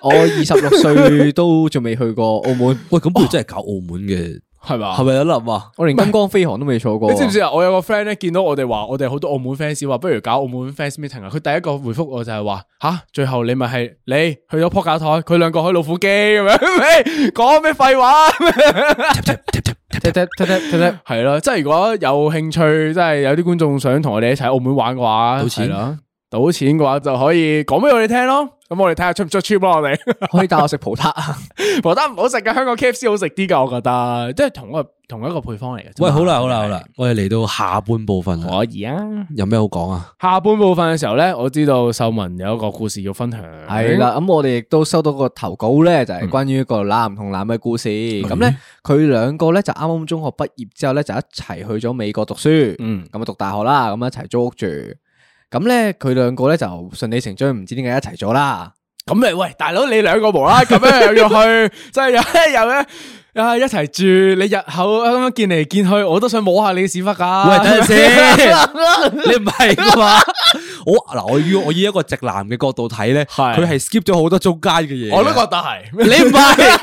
我二十六歲都仲未去過澳門，喂，咁不如真係搞澳門嘅，係嘛？係咪有得諗啊？我連金光飛航都未坐過。你知唔知啊？我有個 friend 咧，見到我哋話，我哋好多澳門 fans 話，不如搞澳門 fans meeting 啊！佢第一個回覆我就係話：吓，最後你咪係你去咗撲架台，佢兩個開老虎機咁樣， 講咩廢話？踢踢踢踢踢踢系咯，即系如果有興趣，即係有啲觀眾想同我哋一齊喺澳門玩嘅話，賭錢係啦，賭錢嘅話就可以講俾我哋聽咯。咁我哋睇下出唔出 trip 咯，我 哋。可以帶我食葡撻啊！葡得唔好食嘅，香港 K F C 好食啲噶，我覺得，即係同一個同一個配方嚟嘅。喂，好啦好啦好啦，，我哋嚟到下半部分啦，可以啊。有咩好講啊？下半部分嘅時候咧，我知道秀文有一個故事要分享，係啦，咁我哋亦都收到個投稿咧，就係嗯關於一個男同男嘅故事。咁咧，佢兩個咧就啱啱中學畢業之後咧，就一齊去咗美國讀書。嗯咁啊讀大學啦，咁啊一齊租屋住。咁咧，佢兩個咧就順理成章，唔知點解一齊咗啦。咁你喂，大佬你兩個無啦啦咁樣又要去， 即係又又咧啊一齊住，你日後咁樣見嚟見去，我都想摸下你嘅屎忽噶。喂，等陣先，你唔係噶嘛？我嗱，我要我以一個直男嘅角度睇咧，係佢係 skip 咗好多中間嘅嘢嘅。我都覺得係。 你唔係，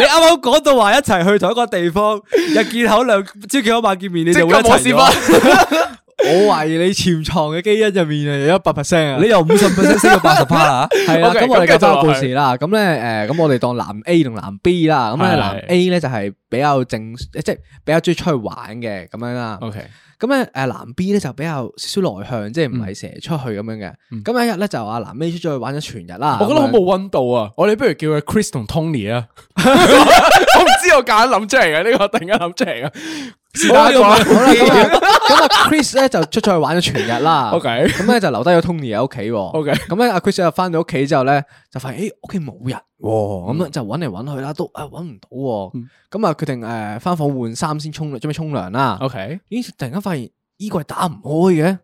你啱啱講到話一齊去同一個地方， 日見口兩朝見口晚見面，你就會即一刻摸齊屎咗。 我懷疑你潛藏嘅基因入面啊，有一百 percent 啊！ 你由五十 percent 升到八十 percent 啦。系啦， OK，啊咁我哋咁繼講翻續個落故去事啦。咁咧，誒，咁我哋當男 A 同男 B 啦。咁係咧，男 A 咧就係比較正，即係比較中意出去玩嘅咁樣啦。 OK，咁咧，誒，男 B 咧就比較少少內向，即係唔係成日出去咁樣嘅。咁有一日咧就話男 A 出咗去玩咗全日啦。嗯我覺得好咁樣冇温度啊！我哋不如叫佢 Chris 同 Tony 啊。 我唔知我夾硬諗出嚟嘅，呢個我突然間諗出嚟嘅。是但一個啦好啦，咁啊，咁啊，Chris 咧就出咗去玩咗全日啦。 OK 咁咧就留低咗 Tony 喺屋企喎。 OK 咁咧阿 Chris 就翻到屋企之後咧，就發現誒屋企冇人喎，嗯咁咧就揾嚟揾去啦，都啊揾唔到喎。咁啊決定誒翻房換衫先沖，準備沖涼啦。 OK，咦！突然間發現衣櫃打唔開嘅，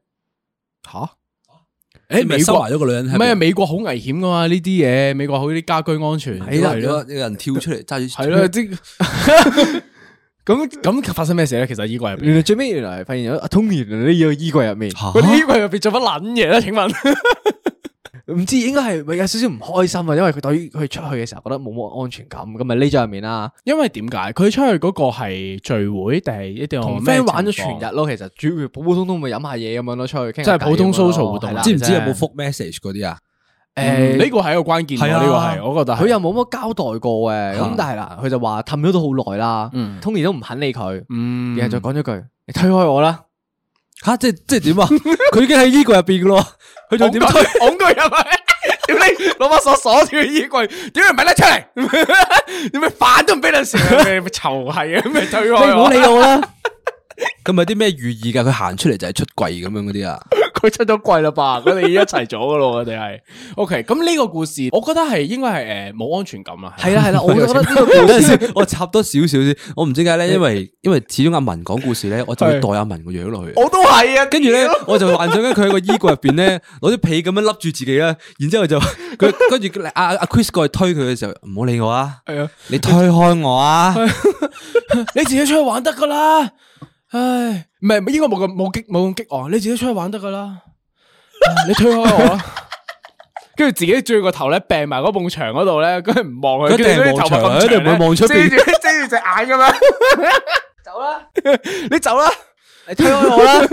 吓？誒，美咪國收埋咗個女人喺咩？邊？美國好危險噶嘛？呢啲嘢，美國好啲家居安全係啦都係有咯，有人跳出嚟揸住，係 咯，即咁咁發生咩事咧？其實衣櫃入邊，原來最尾原來發現咗阿 Tony 原來呢個衣櫃入面，嚇 嗰啲衣櫃入邊做乜撚嘢咧？請問唔知應該係咪有少少唔開心啊？因為佢對於佢出去嘅時候覺得冇乜安全感，咁咪匿咗入面啦， 因為點解佢出去嗰個係聚會定係一定同 friend 玩咗全日？咯。其實主要普普通通咪飲下嘢咁樣咯，出去傾即下偈咁樣咯。係普通 social 活動啊係啦知唔知有冇覆 message 嗰啲啊？誒嗯呢個係一個關鍵喎，係啊呢個係我覺得係佢又冇乜交代過嘅，咁但係啦，佢就話氹咗都好耐啦嗯，Tony 都唔肯理佢，嗯然後就講咗句：你推開我啦！吓，即係即係點啊？佢已經喺衣櫃入邊噶咯，佢仲點推？㧬佢入去？屌你攞把鎖鎖住個衣櫃，點解唔係拎出嚟？點解飯都唔俾你食？你臭係啊！咪推你唔好我理我啦！佢咪啲咩寓意噶？佢行出嚟就係出櫃咁樣嗰啲啊？ 佢出咗櫃啦吧？我哋一齊咗噶咯，我哋係 OK。咁呢個故事，我覺得係應該係誒冇安全感啦。係啦係 啦，我覺得呢個等陣先，我插多少少先。我唔知點解咧，因為因為始終阿文講故事咧，我就會代阿文個樣落去。我都係啊，跟住咧，我就幻想緊佢喺個衣櫃入邊咧，攞啲被咁樣笠住自己啦。然之後就佢跟住阿阿阿 Chris 過去推佢嘅時候，唔好理我啊！係啊，你推開我啊！你自己出去玩得噶啦。唉，唔係應該冇咁冇激冇咁激昂，你自己出去玩得噶啦。唉你推開我啦。跟住自己轉個頭咧，病埋嗰埲牆嗰度咧，跟住唔望佢，一定跟住係啲頭望牆髮咁一定唔會望出長咧邊遮住遮住隻眼咁樣，走啦，你走啦。你推開我啦！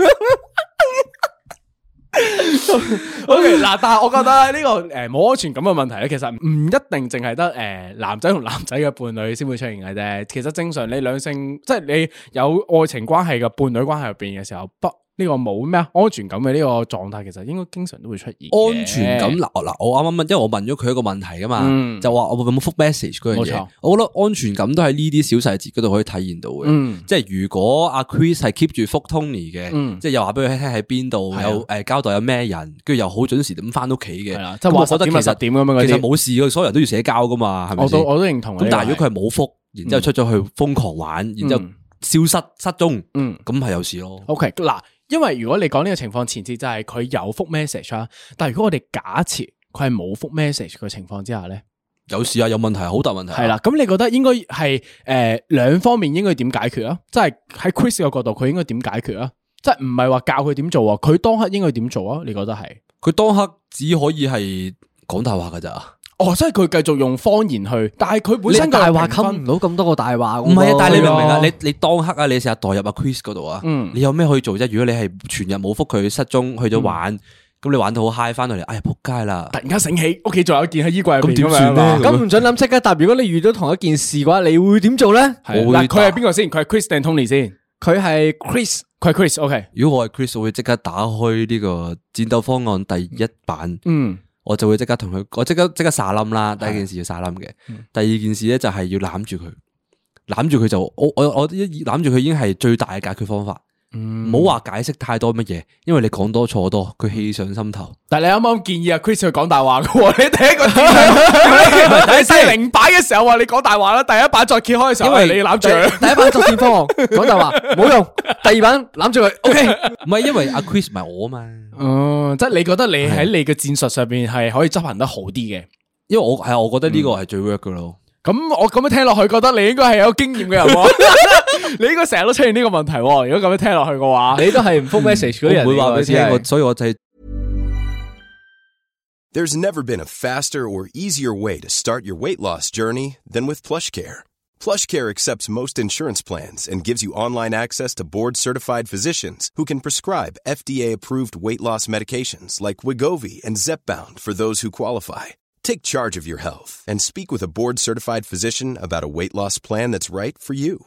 O K，嗱，但係我覺得呢個诶冇安全感嘅問題咧，其實唔一定淨係得诶男仔同男仔嘅伴侶先會出現嘅啫。其實正常你兩性，即係你有愛情關係嘅伴侶關係入邊嘅時候，不呢個冇咩啊安全感嘅呢個狀態，其實應該經常都會出現嘅安全感。嗱嗱，我啱啱問，因為我問咗佢一個問題啊嘛嗯，就話我有冇覆 message 嗰樣冇錯嘢。我覺得安全感都喺呢啲小細節嗰度可以體現到嘅。嗯，即係如果阿 Chris 係 keep 住覆 Tony 嘅，嗯即係又話俾佢聽喺邊度，係啊又誒交代有咩人，跟住又好準時咁翻屋企嘅係啦，即咁係我話覺十得點其咪十實點咁樣嗰其實啲。冇事嘅，所有人都要社交噶嘛，係咪我先都我都認同嘅。啊咁但係如果佢嗯佢係冇覆，然之後出咗去瘋狂玩，然之後消失失蹤，嗯咁係有事咯。 OK 嗱，因為如果你講呢個情況，前設就係佢有覆 message 啦。但係如果我哋假設佢係冇覆 message 嘅情況之下咧？有事啊，有問題，好大問題啊。系啦，咁你覺得應該係诶两方面應該點解決啊？即係喺 Chris 嘅角度，佢應該點解決啊？即係唔係話教佢點做啊？佢當刻應該點做啊？你覺得係？佢當刻只可以係講大話噶咋。哦，即係佢繼續用方言去，但係佢本你身大話話冚唔到咁多個大話㗎喎，唔係啊，但係你明唔明係啊？啊你你當刻啊，你成日代入阿 Chris 嗰度啊，嗯你有咩可以做啫？如果你係全日冇覆佢，失蹤去咗玩，咁你玩到好 high 翻到嚟，哎呀仆街啦！突然間醒起屋企仲有一件喺衣櫃入邊咁點咁樣算呢啊咁唔准諗即刻答。如果你遇到同一件事嘅話，你會點做咧？係我會嗱，佢係打邊個先？佢係 Chris 定 Tony 先？佢係 Chris，佢係 Chris，OK，如果我係 Chris，我會即刻打開呢個戰鬥方案第一版，嗯，我就會即刻同佢，我即刻即刻撒冧啦。第一件事要撒冧嘅，嗯第二件事咧就係要攬住佢，攬住佢就我我我一攬住佢已經係最大嘅解決方法。嗯唔好話解釋太多乜嘢，因為你講多錯多，佢氣上心頭。但係你啱啱建議阿 Chris 去講大話 嘅喎，你第一個你第零擺嘅時候話你講大話啦，第一版再揭開嘅時候，因為喂你攬住佢，第一版作戰方案講大話冇用，第二版攬住佢，OK。唔係因為阿 Chris 唔係我啊嘛，哦，即係你覺得你喺你嘅戰術上邊係可以執行得好啲嘅。因為我係我覺得呢嗯個係最 work 噶咯。咁我咁樣聽落去，覺得你應該係有經驗嘅人 喎，你應該成日都出現呢個問題喎。如果咁樣聽落去嘅話，你都係唔復 message 嗰我啲人唔嚟㗎，會話俾你聽，真係我所以我就係 There's never been a faster or easier way to start your weight loss journey than with PlushCare. PlushCare accepts most insurance plans and gives you online access to board-certified physicians who can prescribe FDA-approved weight loss medications like Wigovi and Zepbound for those who qualify. Take charge of your health and speak with a board-certified physician about a weight loss plan that's right for you.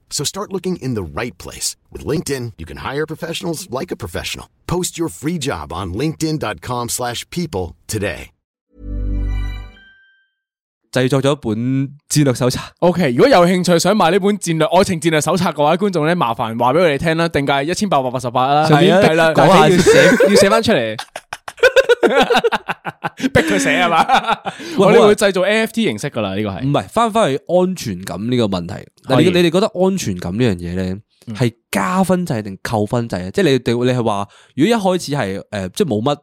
So start looking in the right place. With LinkedIn, you can hire professionals like a professional. Post your free job on linkedin.com/people slash people today. 製作咗一本戰略手冊， OK，如果有興趣想買呢本戰略愛情戰略手冊嘅話，觀眾咧麻煩話俾我哋聽啦，定價一千八百八十八啦，上面係啦，啊講講下下要寫要寫翻出 嚟，逼佢寫係嘛？喂我哋好啊會製造 NFT 形式噶啦，呢個係唔係翻翻去安全感呢個問題。嗱，可以你你哋覺得安全感呢樣嘢咧，係加分制定扣分制啊？即係你哋你係話，如果一開始係誒、呃即係冇乜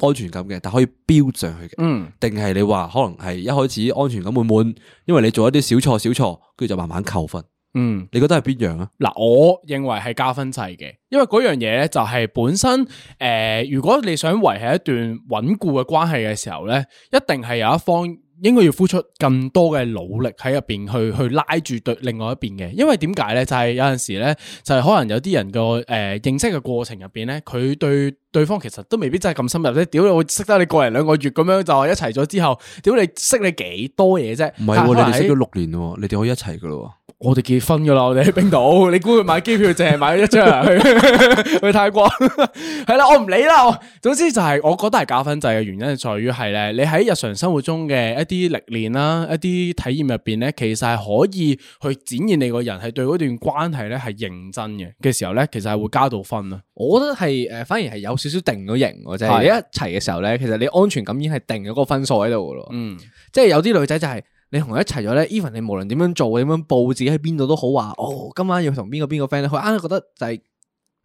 安全感嘅，但可以飆上去嘅，嗯定係你話可能係一開始安全感滿滿，因為你做一啲小錯小錯，跟住就慢慢扣分。嗯。你覺得係邊樣啊？嗱，我認為係加分制嘅，因為嗰樣嘢咧就係本身誒、呃如果你想維係一段穩固嘅關係嘅時候咧，一定係有一方應該要付出更多嘅努力喺入邊去去拉住對另外一邊嘅，因為點解咧？就係、有陣時咧，就係、可能有啲人個誒、呃、認識嘅過程入邊咧，佢對對方其實都未必真係咁深入啫。屌，我識得你個零兩個月咁樣就話一齊咗之後，屌你識你幾多嘢啫？唔係但可喎，你能哋識喺咗六年喎，你哋可以一齊噶咯我哋結婚噶啦，我哋喺冰島，你估佢買機票淨係買一張啊 去去泰國？係啦，我唔理啦。我總之就係我覺得係加分制嘅原因，係在於係咧，你喺日常生活中嘅一啲歷練啦，一啲體驗入邊咧，其實係可以去展現你個人係對嗰段關係咧係認真嘅嘅時候咧，其實係會加到分啊啦。我覺得係誒，反而係有少少定咗型喎，即係係你一齊嘅時候咧，其實你安全感已經係定咗嗰個分數喺度噶咯。嗯，即係有啲女仔就係你同佢一齊咗咧，even 你無論點樣做、點樣報自己喺邊度都好話，哦，今晚要同邊個邊個 friend 咧，佢啱啱覺得就係、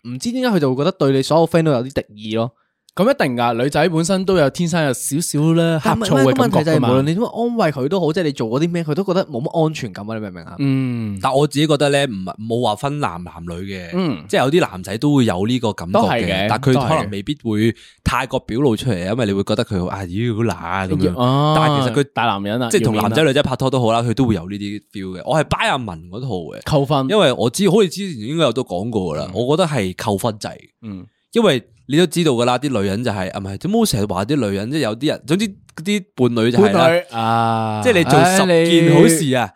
唔知點解佢就會覺得對你所有 friend 都有啲敵意咯。咁一定噶，女仔本身都有天生有少少咧但呷係醋嘅個問感題覺就噶係無論嘛。你點樣安慰佢都好，即係你做嗰啲咩，佢都覺得冇乜安全感啊！你明唔明啊？ 嗯喎。，但我自己覺得咧，唔係冇話分男男女嘅，嗯即係有啲男仔都會有呢個感覺都係嘅嘅，但佢都係嘅可能未必會太過表露出嚟，因為你會覺得佢啊妖好乸啊咁樣。哦但係其實佢大男人啊，即係同要面男啊嗯仔女仔拍拖都好啦，佢都會有呢啲 feel 嘅。我係 buy 阿文嗰套嘅，扣分，因為我知好似之前應該有都講過噶啦，我覺得係扣分制，嗯因為你都知道噶啦，啲女人就係啊唔係，點冇成日話啲女人即係有啲人，總之啲伴侶就係啦。啊即係你做十件好事啊，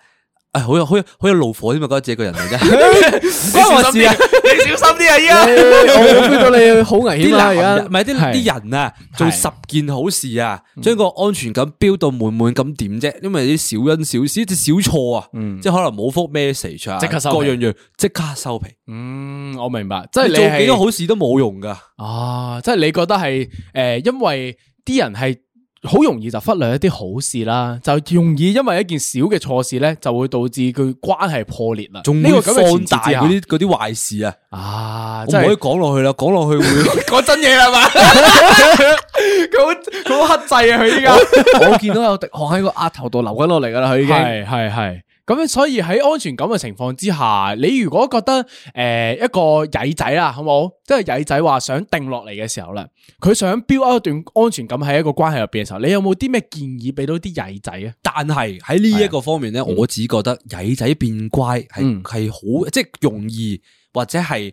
唉，好有好有好有怒火添啊！覺得自己個 人嚟啫，你唔關我事啊！小心啲啊！依家我 feel 到你好危啲險啊！而男人家唔係啲係嗯啲人啊，做十件好事啊，將個安全感飆到滿滿咁點啫？因為啲小恩小事，啲小錯啊，即係可能冇覆 message 啊，嗯即刻收皮各樣樣即刻收皮，嗯，我明白，即係你你做幾係多好事都冇用噶。啊，即係你覺得係诶，誒因為啲人係好容易就忽略一啲好事啦，就容易因為一件小嘅錯事咧，就會導致佢關係破裂啦。仲呢會個咁嘅前放大提之下嗰啲嗰啲壞事啊！啊，我即唔可以係講落去啦，講落去會。 講真嘢啦嘛，佢好 佢好克制啊！佢依家我見到有滴汗喺個額頭度流緊落嚟噶啦，佢已經。係係係。咁所以喺安全感嘅情況之下，你如果覺得诶、一個曳仔啊啦，好冇，即係曳仔話想定落嚟嘅時候啦，佢想 build up 一段安全感喺一個關係入邊嘅時候，你有冇啲咩建議俾到啲曳仔啊？但係喺呢一個方面咧，我只覺得曳仔變乖係嗯係好即係容易或者係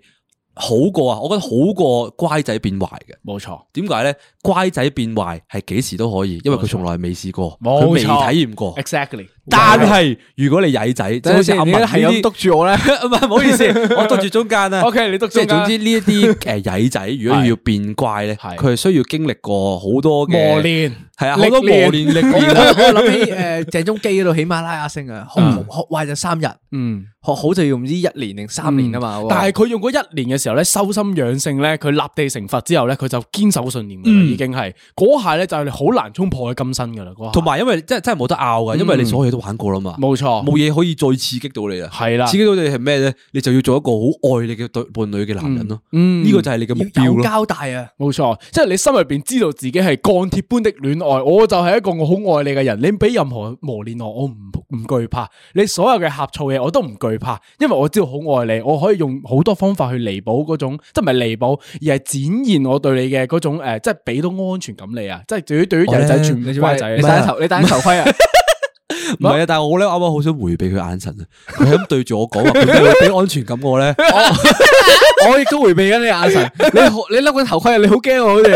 好過啊！我覺得好過乖仔變壞嘅。冇錯，點解咧？乖仔變壞係幾時都可以，因為佢從來未試過，冇錯啊佢未體驗過。 ，exactly，但係如果你曳仔，即係好似阿文呢系咁啲督，住我咧，唔係唔 好意思，我督住中間啦。 OK，你讀即係中間總之呢 一啲誒曳仔，如果要變乖咧，係佢係需要經歷過好多嘅磨練係啊，好多磨練 歷練啦。我谂起诶郑中基嗰度喜馬拉雅星啊，學嗯學壞就三日，學嗯。好就要唔知一年定三年啊嘛。但係係佢用嗰一年嘅時候咧，修心養性咧，佢立地成佛之後咧，佢就堅守信念噶啦，嗯已經係嗰下咧就係你好難衝破佢今生噶啦，嗰下同埋因為真係真係冇得拗嘅，因為你所有嘢都玩過啦嘛，嗯冇錯冇嘢可以再刺激到你啦。啊係啊啦刺激到你係咩咧？你就要做一個好愛你嘅對伴侶嘅男人咯。嗯呢個就係你嘅目標有咯。交代啊，冇錯，即係你心入边知道自己係鋼鐵般的戀愛，我就係一個我好愛你嘅人，你俾任何磨練我，我唔唔惧怕，你所有嘅呷醋嘢我都唔惧怕，因為我知道好愛你，我可以用好多方法去彌補嗰種，即係唔係彌補，而係展現我對你嘅嗰種诶、呃即係俾到安全感你啊，即係對於对于我呢人仔全你部做乖咩仔你戴頭你戴頭盔啊， 唔係啊，但係我咧啱啱好想回避佢眼神啊，佢係咁對住我講話，佢會唔會俾安全感我 咧。啊我亦都回避緊你眼神，你好你笠緊頭盔啊，你好驚我好似。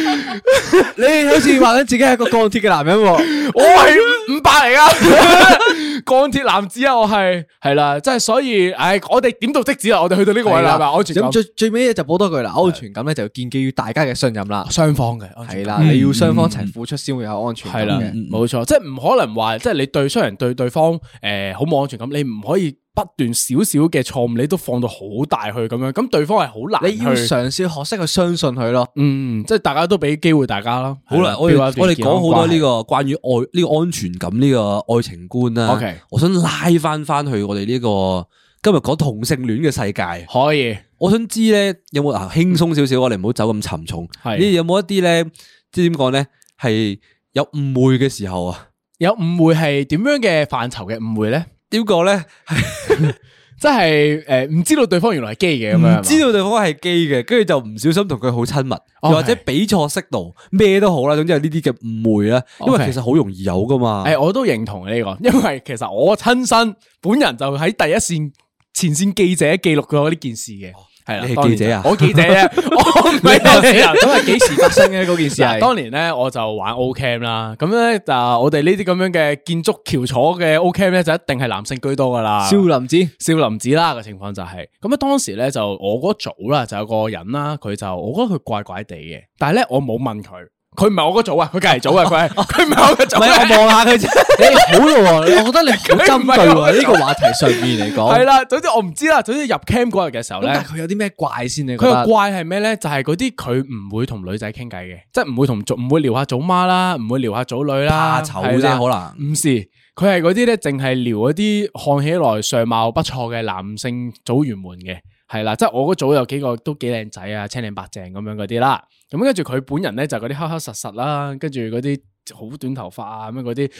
你好似 話緊自己係一個鋼鐵嘅男人 喎， 我係五百嚟 噶，鋼鐵男子啊，我係係啦，即係所以，唉，我哋點到即止啦，我哋去到呢個位啦，係咪安全感咁最最尾就補多句啦，安全感咧就要建基於大家嘅信任啦。雙方嘅安全感係啦，你要雙方一齊付出先會有嗯安全系感啦嘅。，冇錯，即系唔可能話，即係你對雖然對對方诶好冇安全感，你唔可以不斷少少嘅錯誤，你都放到好大去咁樣，咁對方係好難你要去，嘗試學識去相信佢咯。嗯，即係大家都俾機會大家啦。好啦，我哋我哋講好多呢個關於愛呢個安全感呢個愛情觀啦。 OK 我想拉翻翻去我哋呢個今日講同性戀嘅世界。個可以我想知咧有冇啊輕鬆少少，我哋唔好走咁沉重。係你有冇一啲咧，即係點講咧，係有誤會嘅時候啊？有誤會係點樣嘅範疇嘅誤會咧？點講咧？即係诶唔知道對方原來係基嘅咁樣係嘛，唔知道對方係基嘅，跟住就唔小心同佢好親密，又哦或者係比錯色度，咩都好啦，總之有呢啲嘅誤會啦。因為 OK 其實好容易有噶嘛。诶，我都認同呢個，因為其實我親身本人就喺第一線前線記者記錄過呢件事嘅，係啦，你係當然記者啊我記者啫，我唔係當事人。咁係幾時發生嘅呢嗰件事啊嗱，係？當年咧我就玩 O Cam 啦，咁咧就我哋呢啲咁樣嘅建築翹楚嘅 O Cam 咧就一定係男性居多噶啦。少 林寺少林寺啦嘅情況就係、咁啊當時咧就我嗰組啦就有個人啦，佢就我覺得佢怪怪地嘅，但係咧我冇問佢，佢唔係我嗰組啊，佢隔離組啊，佢係佢唔係我嘅唔係組我啊。望下佢啫。你好咯喎，我覺得 你好針對喎呢個話題上面嚟講。係啦，總之我唔知啦。總之入 cam 嗰日嘅時候咁但咧係，佢有啲咩怪先？你覺佢得個怪係咩咧？就係嗰啲佢唔會同女仔傾偈嘅，即係唔會同組唔會聊下組媽啦，唔會聊下組女啦，怕啊醜啊係啫，啦可能。唔是，佢係嗰啲咧，淨係聊嗰啲看起來相貌不錯嘅男性組員們嘅，係啦，即係我嗰組有幾個都幾靚仔啊，青靚白淨咁樣嗰啲啦。咁跟住佢本人咧就嗰啲黑黑實實啦，跟住嗰啲好短頭髮啊咁樣嗰啲，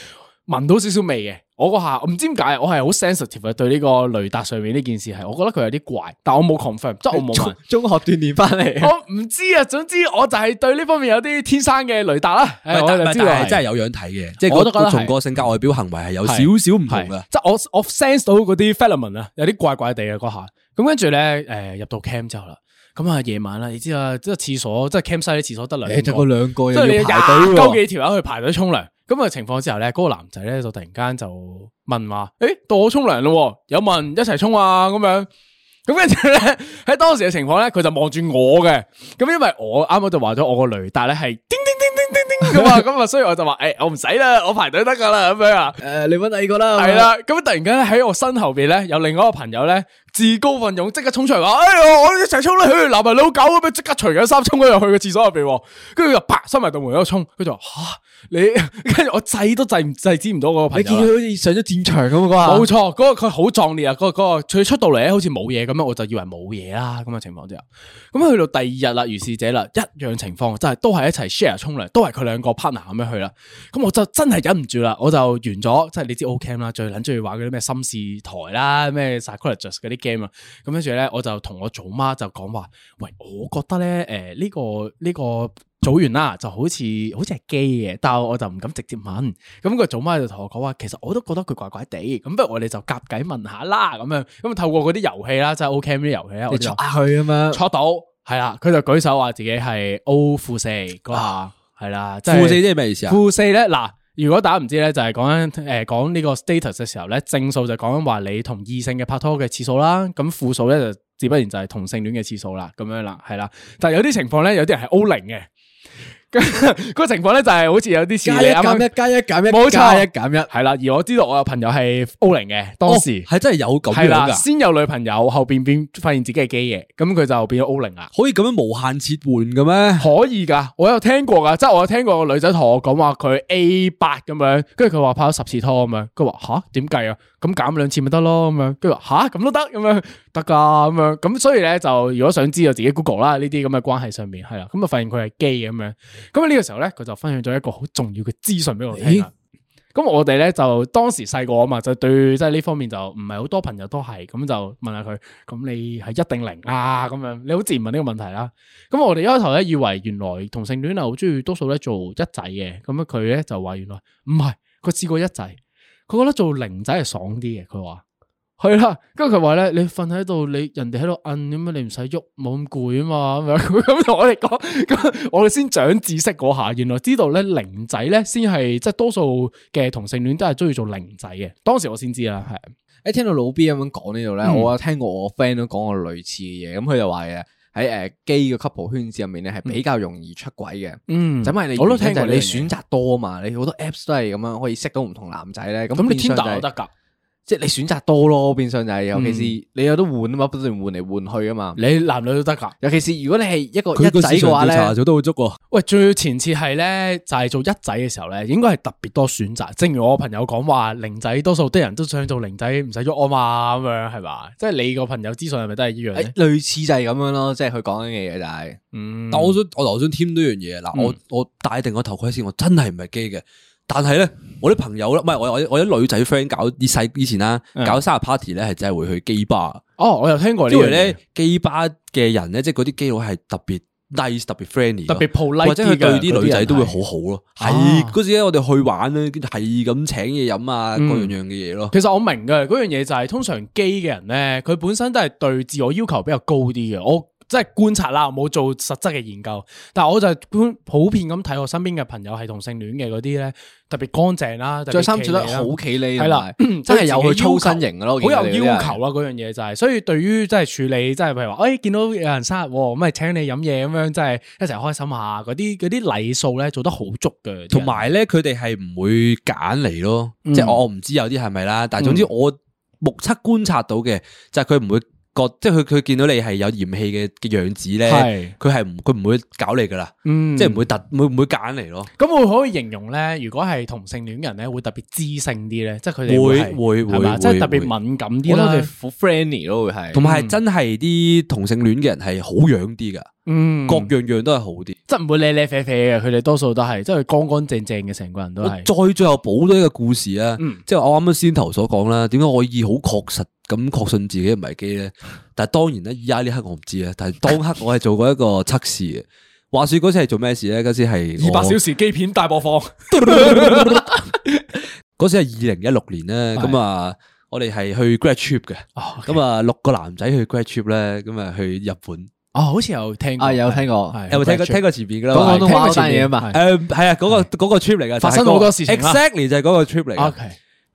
聞到少少味嘅。我嗰下我唔知點解，我係好 sensitive 啊嘅對呢個雷達上面呢件事係，我覺得佢有啲怪，但我冇 confirm，即係 我冇問中。中學鍛鍊翻嚟，我唔知啊，總之我就係對呢方面有啲天生嘅雷達啦，唔係誒哎我但就係知但道係係真係有樣睇嘅，即係我都覺得嗰係從個性格、外表、行為係係有少少唔同係嘅。即係我我 sense 到嗰啲 filament 啊，有啲怪怪地嘅嗰下。咁跟住咧，誒、入到 cam 之後啦，咁啊夜晚啦，你知啦，即係廁所，即係 cam 西啲廁所得兩誒就個嗰兩個即係又你要廿排隊鳩喎。幾條友去排隊沖涼。咁嘅情況之下咧，嗰、個男仔咧就突然間就問話：，誒、到我沖涼咯喎，有冇人一齊沖啊？咁樣。咁跟住咧，喺當時嘅情況咧，佢就望住我嘅。咁因為我啱啱就話咗我個雷達咧係叮叮叮叮叮叮咁啊，咁啊，所以我就話：，誒、我唔使啦，我排隊得㗎啦，咁樣啊。誒，你揾第二個啦。系啦，咁突然間咧喺我身後边咧有另外一個朋友咧，自告奋勇，即刻冲出嚟話：，哎呀，我一齊冲啦！去男人老狗咁樣，即刻除緊衫冲咗入去個廁所入边喎，跟住就啪閂埋道門喺度冲，佢就話吓你，跟住我制都制唔制止唔到嗰個朋你友见啦。佢好似上咗战场咁啩？冇錯，嗰、個佢好壯烈啊！嗰、個嗰、個佢出到嚟咧，好似冇嘢咁啊樣，我就以為冇嘢啦咁嘅情況之下，咁去到第二日啦，如是者啦，一樣情況，真係都係一齊 share 沖涼，都係佢兩個 partner 咁樣去啦。咁我就真係忍唔住啦，我就完咗，即係你知 Ocam 啦，最撚中意玩嗰啲咩心事台啦，咩 psychologist 嗰啲 game 啊。咁跟住咧，我就同我祖媽就講話，喂，我覺得咧，誒、呢、個呢、個。組員啊啦，就好似好似係基嘅，但係我就唔敢直接問。咁佢祖媽就同我講話，其實我都覺得佢怪怪地，咁不如我哋就夾計問下啦，咁樣咁透過嗰啲遊戲啦，即係 Ocam 呢啲遊戲啦，我你就戳下佢咁樣，坐到，係啦，佢就舉手話自己係 O 負四嗰下，係啦，即係负四即系咩意思啊？負四咧，嗱，如果大家唔知咧，就係講緊诶讲呢個 status 嘅時候咧，正數就講緊話你同異性嘅拍拖嘅次數啦，咁負數咧就自不然就係同性戀嘅次數啦，咁樣啦，係啦。但係有啲情況咧，有啲人係 O 零嘅， 咁個情況咧就係好似有啲似加你一啱減啱一，加一減一，冇錯加一減一。係啦，而我知道我有朋友係 O 零嘅，當時哦系哦真系有咁係样啦，噶，先有女朋友，後边變發現自己係基嘅，咁佢就變咗 O 零啦。可以咁样无限切换嘅咩？可以噶，我有聽過噶，即係我有聽過個女仔同我講話佢 A 八咁樣，跟住佢話拍咗十次拖咁樣，佢話吓點計啊？咁減兩次咪得咯咁樣，跟住話吓咁都得咁樣得噶咁樣，咁所以咧就如果想知就自己 Google 啦呢啲咁嘅關係上面係啦，咁就發現佢係 gay 咁樣，咁呢個時候咧佢就分享咗一個好重要嘅資訊俾我聽啦。咁我哋咧就當時細個啊嘛，就對即係呢方面就唔係好多朋友都係，咁就問下佢，咁你係一定零啊咁樣，你好自然問呢個問題啦。咁我哋一開頭咧以為原來同性戀係啊好中意多數咧做一仔嘅，咁佢咧就話原來嗯唔係，佢試過一仔，佢覺得做零仔係爽啲嘅，佢話。係啦，跟住佢話咧，你瞓喺度，你人哋喺度摁咁樣，你唔使喐，冇咁攰啊嘛，咁樣咁同我哋講，咁我哋先長知識嗰下，原來知道咧零仔咧先係即係多數嘅同性戀都係中意做零仔嘅，當時我先知啦，係一哎聽到老 B 咁樣講呢度咧，嗯我有聽過我 friend 都講過類似嘅嘢，咁佢就話嘅喺誒基嘅 couple 圈子入面咧係比較容易出軌嘅，嗯就因為你我都聽聽過你呢樣嘢選擇多嘛，你好多 apps 都係咁樣可以識到唔同男仔咧，咁咁你變相 Tinder 就係都得㗎，即係你選擇多咯，變相就係尤其是你有得換啊嘛，不斷換嚟換去啊嘛，你男女都得㗎。尤其是如果你係一個佢一個仔市嘅場話調查咧，做得好足喎，喂，最前次係咧，就係、做一仔嘅時候咧，應該係特別多選擇。正如我朋友講話，零仔多數啲人都想做零仔，唔使喐啊嘛，咁樣係嘛？即係你個朋友資訊係咪都係一樣咧誒？類似就係咁樣咯，即係佢講緊嘅嘢就係嗯，但我想我頭想添多樣嘢嗱，我我戴定個頭盔先，我真係唔係基嘅。但係咧，我啲朋友啦，唔係我我我啲女仔 friend 搞以細以前啦，嗯搞生日 party 咧係真係會去基吧，哦，我有聽過呢因樣為咧咧，基吧嘅人咧，即係嗰啲基佬係特別 nice、特別 friendly 特咯。別 polite 啊或者佢嘅對啲女仔都會好。好咯，係啊嗰時咧，我哋去玩咧，跟住係咁請嘢飲啊，各嗯樣樣嘅嘢咯。其實我明嘅嗰樣嘢就係、通常基嘅人咧，佢本身都係對自我要求比較高啲嘅。我即係觀察啦，我冇做實質嘅研究，但係我就係普普遍咁睇我身邊嘅朋友係同性戀嘅嗰啲咧，特別乾淨啦，特別着衫企着得理啦好企理，係啦同 埋真係有去操身形嘅咯，好有要求啊！啦，嗰樣嘢就係，所以對於即係處理，即係譬如話，誒哎見到有人生日喎，咁咪請你飲嘢咁樣，即係一齊開心下，嗰啲嗰啲禮數咧做得好足嘅，同埋咧，佢哋係唔會揀嚟咯，嗯即係我我唔知有啲係咪啦，但係總之嗯我目測觀察到嘅就係佢唔會覺，即係佢佢見到你係有嫌棄嘅嘅樣子呃咧，係佢係唔佢唔會搞你噶啦，嗯即係唔會特會唔會揀嚟咯，咁會可以形容咧，如果係同性戀人咧，會特別知性啲咧，即係佢哋會係會係嘛會即係特會別敏感啲我覺得啦佢，好 friendly 咯，會係同埋係真係啲同性戀嘅人係好樣啲噶，嗯，各樣樣都係好啲。即係唔會咧咧啡啡嘅，佢哋多數都係即係乾乾淨淨嘅，成個人都我係。再最後補多一個故事啊，嗯即係我啱啱先頭所講啦，點解我以好確實咁確信自己唔係基咧？ 但係當然咧，依家呢刻我唔知啊， 但係當刻我係做過一個測試嘅。話說嗰次係做咩事咧？嗰次係二百小時，時基片大播放，嗰次係二零一六年咧，係咁啊，我哋係去 grad trip 嘅，咁咁啊六個男仔去 grad trip 咧，咁啊去日本，哦，好似有聽過啊，有聽過係有冇聽過 grad trip 聽過前邊噶啦？講廣東話聽過嗰單嘢啊前嘛面， 誒係啊，嗰個嗰個 trip 嚟嘅，發生好多事情啦，exactly 就係嗰個 trip 嚟嘅 O。K，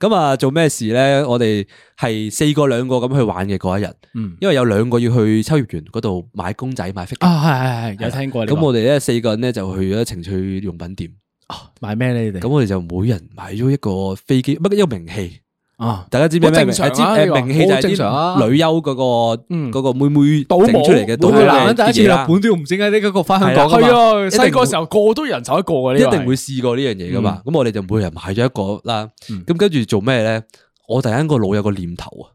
咁啊，做咩事咧？我哋係四個兩個咁去玩嘅嗰一日，嗯因為有兩個要去秋葉原嗰度買公仔買 figure。啊，係係係，有聽過呢個。咁我哋咧四個人咧就去咗情趣用品店，買咩咧？你哋咁我哋就每人買咗一個飛機，乜一個名器，啊，大家知唔知咩好名？正常啊知誒呢個名氣就係好正常啊啲女優嗰個嗯嗰個妹妹倒模整出嚟嘅倒每每個個模嘅男人第一次嘢啦日本都要唔知點解呢個翻香港㗎嘛係啊，定細個時候個都有人手一個嘅，一呢個係定會試過呢樣嘢噶嘛。咁我哋就每人買咗一個啦。嗯咁跟住做咩咧？我突然間個腦有個念頭啊，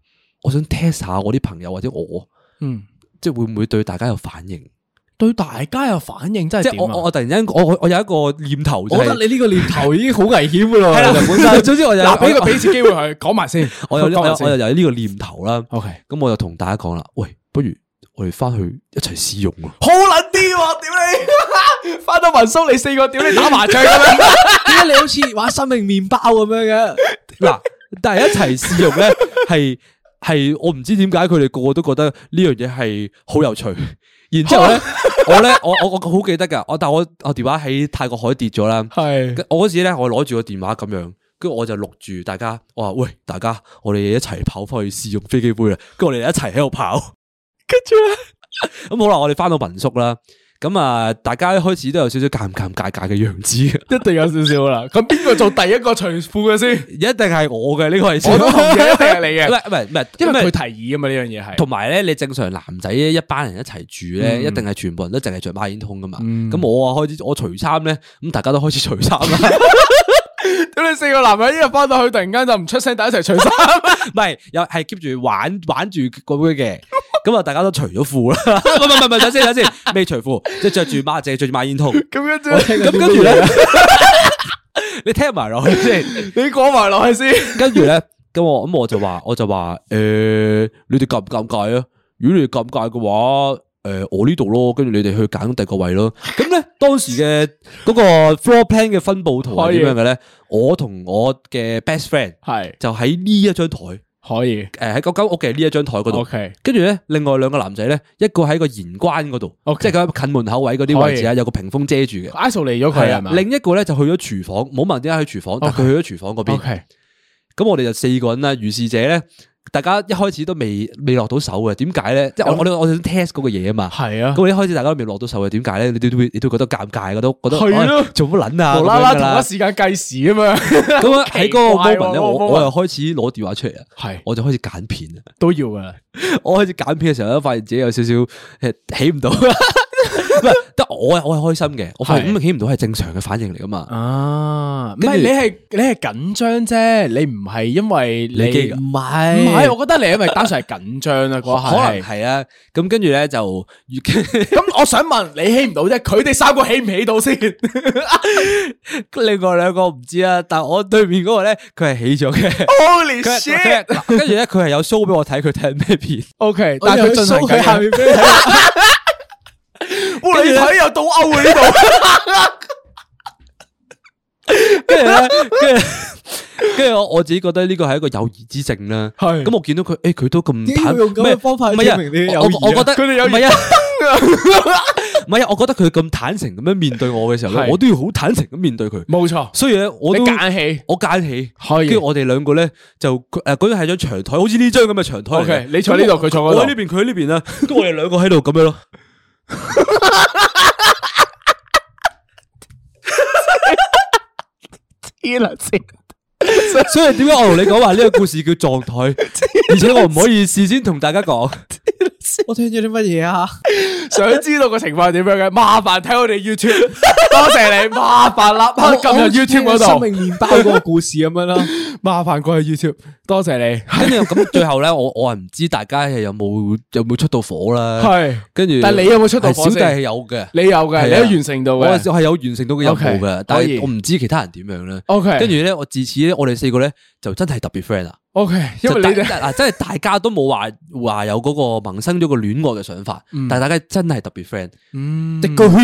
我想 test 下我啲朋友或者我，嗯，即係會唔會對大家有反應？對大家有反應，真即係係我點啊我我突然間我我我有一個念頭就我覺係得你呢個年頭已經好危險噶咯，係啦本身總之我嗱，俾個俾次機會佢講埋先，我有講我埋有我先。又有呢個念頭啦。 O K，咁我就同大家講啦，喂，不如我哋翻去一齊試用啊！好撚啲喎，屌你！ 翻到民宿你四個屌你打麻雀咁樣， 點解你好似玩生命麵包咁樣嘅？ 嗱，但係一齊試 用咧，係係我唔知點解佢哋個個都覺得呢樣嘢係好有趣。然之後 咧，我咧我我我好記得㗎，我但我我電話喺泰國海跌咗啦。係我嗰時咧，我攞住個電話咁樣，跟住我就錄住大家，我話喂大家，我哋一齊跑翻去試用飛機杯啦，跟住我哋一齊喺度跑，跟住咧， 咁好啦，我哋翻到民宿啦，咁啊，大家一開始都有少少尷尷尬尬嘅樣子， 一定有少少啦。咁邊個做第一個除褲嘅先？一定係我嘅呢個 係，我都同意，一定係你 唔嘅，係唔係唔係， 因為佢為提議啊嘛，呢樣嘢係。同埋咧，你正常男仔一班人一齊住咧，嗯一定係全部人都淨係着孖煙通噶嘛，嗯咁、我啊開始我除衫咧，咁大家都開始除衫啦。屌你四個男人一日翻到去，突然間就唔出聲，大家一齊除衫。唔係，又係 keep 住玩玩住嗰杯嘅。咁啊，大家都除咗褲啦，唔係唔係唔係，等先等先，未除褲，即係着住孖，淨係着住孖煙 筒。咁跟 住咁跟住咧， 你聽埋落去先。你講埋落去先。跟住咧，咁我咁我就話，我就話，誒，你哋尷唔尷尬啊？如果你哋尷尬嘅話，誒，我呢度咯，跟住你哋去揀第個位咯。咁咧，當時嘅嗰個 floor plan 嘅分佈圖係點樣嘅咧？我同我嘅 best friend 係就喺呢一張台。可以。誒呃喺嗰間屋嘅呢一張台嗰度， K，跟住咧另外兩個男仔咧，一個喺個玄關嗰度，即 OK 係佢近門口位嗰啲位置啊，有個屏風遮住嘅。啊 ISO 嚟咗佢係啊咪？另一個咧就去咗廚房，冇問點解去廚房，但 OK 佢去咗廚房嗰 O 邊。 K，咁我哋就四個人啦，如是者咧，大家一開始都未未落到手嘅，點解咧？即係我我哋我哋想 test 嗰個嘢啊嘛。係啊咁。我一開始大家都未落到手嘅，點解咧？你都會你都會覺得尷尬嘅，都覺得係咯哎做乜撚啊？無啦啦咁樣㗎同一時間計時咁樣，咁啊喺嗰個好奇怪喎啊 moment 咧，我嗰個 moment 我又開始攞電話出嚟啦，係我就開始揀片啊啦。都要噶啦。我開始揀片嘅時候咧，發現自己有少少誒起唔到，唔 係得我啊係我係開心嘅，我發現嗯係咁起唔到係正常嘅反應嚟噶嘛。啊，唔跟係住你係你係緊張啫，你唔係因為你你機㗎唔係唔係，我覺得你係因為單純係緊張啊可嗰下能係。係啊，咁跟住咧就 咁我想問你起唔到啫，佢哋三個起唔起到 先？另外兩個唔知啊，但我對面嗰個咧佢係起咗嘅。 Holy 佢係佢係跟住咧，佢係有 show 俾我睇，佢睇咩片？ O K，但但係係佢佢進行緊進行緊嘅下面俾你睇。哇！你睇又倒勾嘅呢度，跟住咧，跟住跟住我我自己覺得呢個係一個友誼之證啦。係咁我見到佢，誒佢都咁點解坦要用咁嘅咩方法唔去係啊證明你我友誼啊我我覺得佢哋友誼唔係啊。唔係啊，我覺得佢咁坦誠咁樣面對我嘅時候咧，係我都要好坦誠咁面對佢。冇錯，所以咧，我都你揀起我揀起，可以跟住我哋兩個咧就誒嗰張係張長台，好似呢張咁嘅長台嚟嘅。 OK，你坐呢度咁我佢坐嗰度我喺呢邊，佢喺呢邊啦。咁我哋兩個喺度咁樣咯。天啦先。所以點解我同你講話呢個故事叫撞台，而且我唔可以事先同大家講。我聽咗啲乜嘢啊？想知道個情況係點樣嘅，麻煩睇我哋 YouTube，多謝你，麻煩立 刻撳入生 YouTube 嗰命度，麵包嗰個故事咁樣啦。麻煩過去 YouTube，多謝你，跟住咁最後咧，我我係唔知大家係有冇有冇出到火啦。係跟住，但係你有冇出到係火小先弟係有嘅。你有嘅，你係啊都完成到我嘅係我係有完成到嘅任務 OK，嘅，但可以係我唔知其他人點樣啦。 ，OK，跟住咧，我自此咧，我哋四個咧就真係特別 friend 啦。 OK，因為就你大哋嗱，真係大家都冇話話有嗰個萌生咗個戀愛嘅想法，但係大家真係特別 friend，嗯滴個血，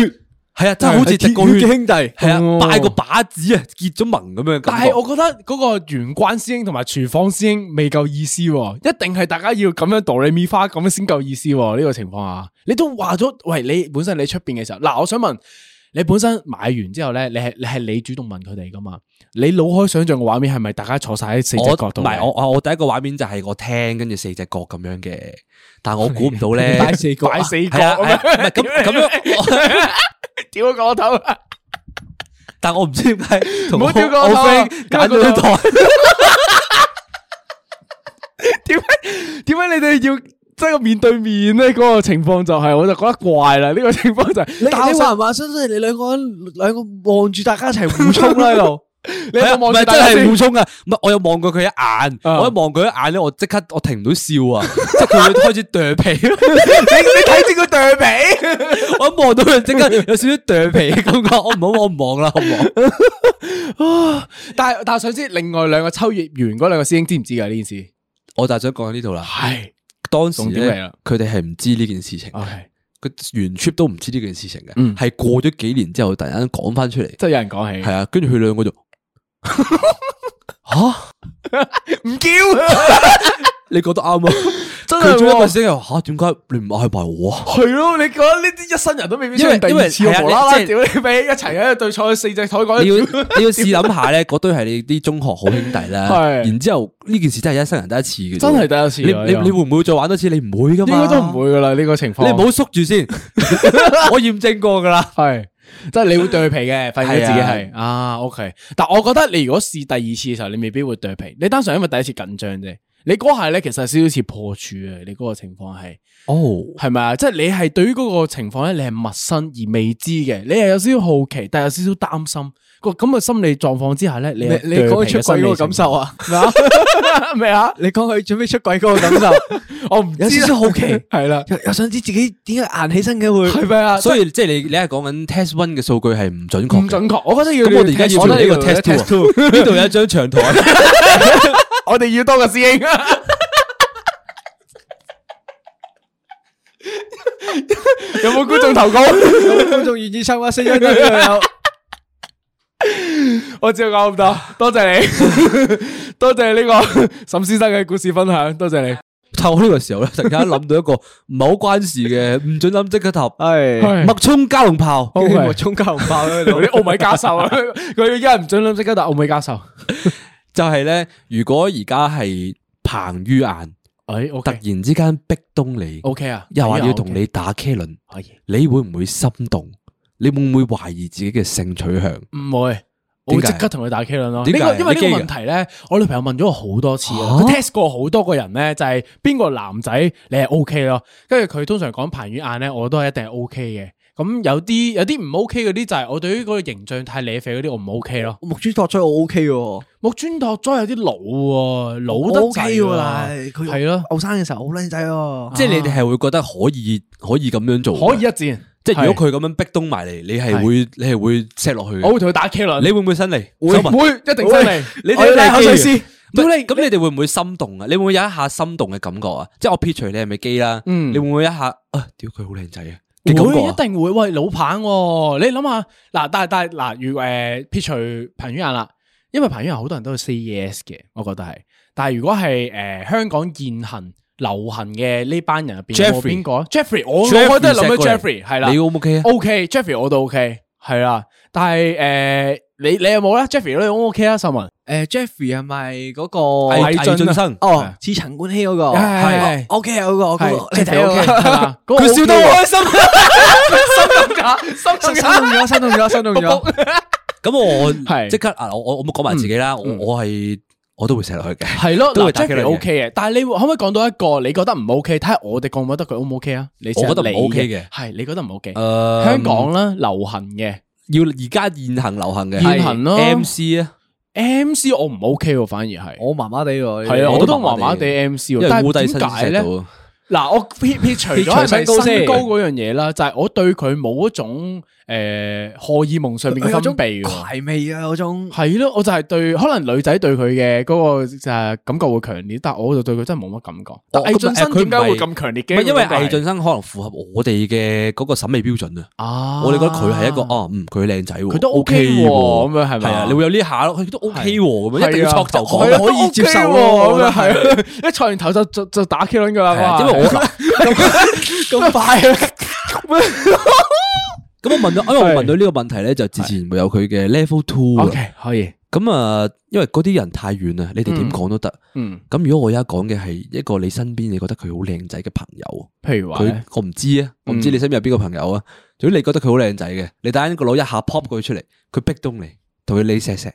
係啊，真係好似係滴個鐵血嘅圈，兄弟。係哦啊，拜個把子啊，結咗盟咁樣嘅但感覺。係我覺得嗰個玄關師兄同埋廚房師兄未夠意思喎，一定係大家要咁樣道理咪花咁樣先夠意思喎。呢、個情況下，你都話咗，喂，你本身你出邊嘅時候，嗱，我想問你本身買完之後咧，你係你係你主動問佢哋噶嘛？你腦海想象嘅畫面係咪大家坐晒喺四隻角我度？唔係我我我第一個畫面就係我聽跟住四隻角咁樣嘅，但係我估唔到咧，擺四個 擺四角係啊，咁係啊唔係樣，咁咁樣，我 屌個頭啊！但我唔知點解同唔好我我跳過我啊 friend 揀咗張台，点解点解你哋要即系面對面咧？嗰個情況就係，我就覺得怪啦。呢個情況就係，你但我你想话唔话相信你两个人两个望住大家一齐互冲啦喺度？你有冇唔望係住大哎真家係先互衝啊！唔係我有望過佢一眼，啊我一望佢一眼咧，我即刻我停唔到笑啊！ 即係佢會開始啄皮，睇住佢對比。 我一望到佢即刻有少少啄皮嘅感覺。我唔好，我唔望啦，我唔望。但係但係想知另外兩個秋葉原嗰兩個師兄知唔知㗎呢件事？我就係想講喺呢度啦。係當時重點嚟咧啦，佢哋係唔知呢件事情， ，OK，佢原 trip 都唔知呢件事情嘅，啊嗯係過咗幾年之後突然間講翻出嚟，即係有人講起係，啊，跟住佢兩 個就 唔叫，你覺得啱啊！真佢係做一個喎聲又吓，點解你唔嗌埋我啊？係咯，你覺得呢啲一生人都未必出因為現第二次因為係啊喎無啦啦你即屌你咪一齊喺度對坐四隻台講，你要哎屌你要試諗下咧，嗰堆係你啲中學好兄弟啦。係然之后呢件事真係一生人得一次嘅啫，真係第一次啊你呢個你你会唔會再玩多次？你唔會噶嘛？應該都唔。會㗎啦呢個情況。你唔好縮住先， 我驗證過噶啦。系，即系你会對皮 嘅，發現咗自己係係啊，OK。但我覺得你如果試第二次嘅時候，你未必會對皮，你單純因為第一次緊張啫。你嗰下咧，其實係少少似破處啊！你嗰個情況係哦，係咪啊？即係你係對於嗰個情況咧，你係陌生而未知嘅，你係有少少好奇，但係有少少擔心個咁嘅心理狀況之下咧，你你係你讲對皮佢嘅出轨心理嗰个感受啊？情況？咩啊？你讲佢准备出轨嗰个感受， 我唔有知少啦少好奇係啦，又又想知自己点解硬起身嘅會？係咪啊？所以即係你你係講緊 test one 嘅數據係唔準唔確嘅。準確，我覺得要咁我哋而家要我覺做得呢要個 test two，啊呢度有一張長台， 我哋要多個師兄。有冇观众投稿？观众愿意参加四一嘅 有，我只有讲咁多，多谢你，多谢呢个沈先生嘅故事分享，多谢你。透過呢個時候咧，突然間諗到一個唔係好關事嘅，唔准諗即刻答。系麥葱加龍炮，好我冲加唔爆喺度啲。澳米加售啊，佢一係唔准谂即刻答澳米加售。就係咧，如果而家係彭于晏诶，O 突然之間逼東你， O K 啊，又話要同你打 K 輪，可以，你會唔會心動？你會唔會懷疑自己嘅性取向？唔會，我會點解即刻同佢打 K 輪咯。呢點解個因為呢你個驚㗎問題咧，我女朋友問咗我好多次啦，佢 test 過好多個人咧，就係邊個男仔你係 O K 咯，跟住佢通常講彭于晏咧，我都係一定係 O K 嘅。咁有啲有啲唔 O K 嗰啲就係我對於嗰個形象太瀨啡嗰啲，我唔 O K 咯。 木珠拓出我 O K 喎，木村拓哉有啲老喎，老得 O K 滯喎，但係佢係咯，后生嘅時候好靚仔喎。即係你哋係會覺得可以可以咁樣做嘅？啊可以一戰。即係如果佢咁樣逼東埋嚟，你係係會你係會 set 落去係我會嘅。同佢打 K 輪，你會唔會新嚟？會收埋會一定真係你我要哋戴口水先先。唔係咁你哋會唔會心動啊？你會唔會有一下心動嘅感覺啊？即係我撇除你係咪基啦，嗯你會唔會一下啊？屌佢好靚仔啊！嘅感會覺一啊定會喂老棒喎、你諗下嗱，但係但係嗱，如诶、撇除彭于晏啦，因為彭于晏好多人都會 say yes 嘅，我覺得係。但係如果係诶、誒香港現行流行嘅呢班人入边，有冇邊 Jeffrey 個 Jeffrey，我 Jeffrey 我覺得諗錫到過嚟 Jeffrey 係啦你 O 唔 OK 啊？ ，OK，Jeffrey 我都 OK 係啦。但係诶、誒你你有冇咧？Jeffrey 你 O 唔 OK 啊？秀 文诶，Jeffrey 係咪嗰個？魏魏俊啊俊生哦，似陳冠希嗰個係係係係 O K 嗰個嗰個，係 Jeffrey OK 係嘛？ 嗰個佢笑到 OK 我喎開心，心啊動咗，心 心動咗，心動 咗。咁我係即刻啊！我我我冇講埋自己啦，我嗯我係我都會錫落去嘅。系咯，都嗱會打機率嘅 Jeffrey O K 嘅，但系你可唔可以講到一個你覺得唔 O K？睇下我哋覺唔覺得佢 O 唔 O K 啊？你我覺得唔 OK 嘅系你覺得唔 O K？誒香港啦，流行嘅呃要而家現行流行嘅現行咯係 MC 啊， M C 我唔 O K 喎，反而係我麻麻地喎，呢係啊，個我我都都麻麻麻麻地地 M C 因喎，為但冇底係薪點解咧錫？到啊。嗱，我撇撇除咗係咪撇除身高先身高嗰樣嘢啦，就係我對佢冇一種诶荷爾蒙上面佢嘅有分種泌喎。怪味啊，嗰種系咯，我就係對可能女仔對佢嘅嗰個就係感覺會強烈，但係我就對佢真係冇乜感覺。但魏俊生咁誒佢唔點解會係咁強烈唔係嘅？因為嗰個係魏俊生可能符合我哋嘅嗰個審美標準啊。啊，我哋覺得佢係一個哦，嗯，佢靚仔喎，佢都 OK OK 喎，喎咁樣係咪係啊，你會有呢下咯，佢都 OK 喎，咁樣係一定要啊戳就我講覺得啦。可以接受 OK 咯我覺喎得咁樣 係一坐完頭就就就打 K 輪噶係啦，啊因 為我嗱咁快啊！咁我問到，因為我係問到呢個問題咧，就自然會有佢嘅 level two 啊 OK 可以，咁啊，因為嗰啲人太遠啦，你哋點講都得。嗯，咁如果我而家講嘅係一個你身邊你覺得佢好靚仔嘅朋友，譬如話佢咧我唔知啊，我唔知你身邊有邊個朋友啊。總之你覺得佢好靚仔嘅，你打緊個腦一下 pop 佢出嚟，佢逼東你，同佢你錫錫，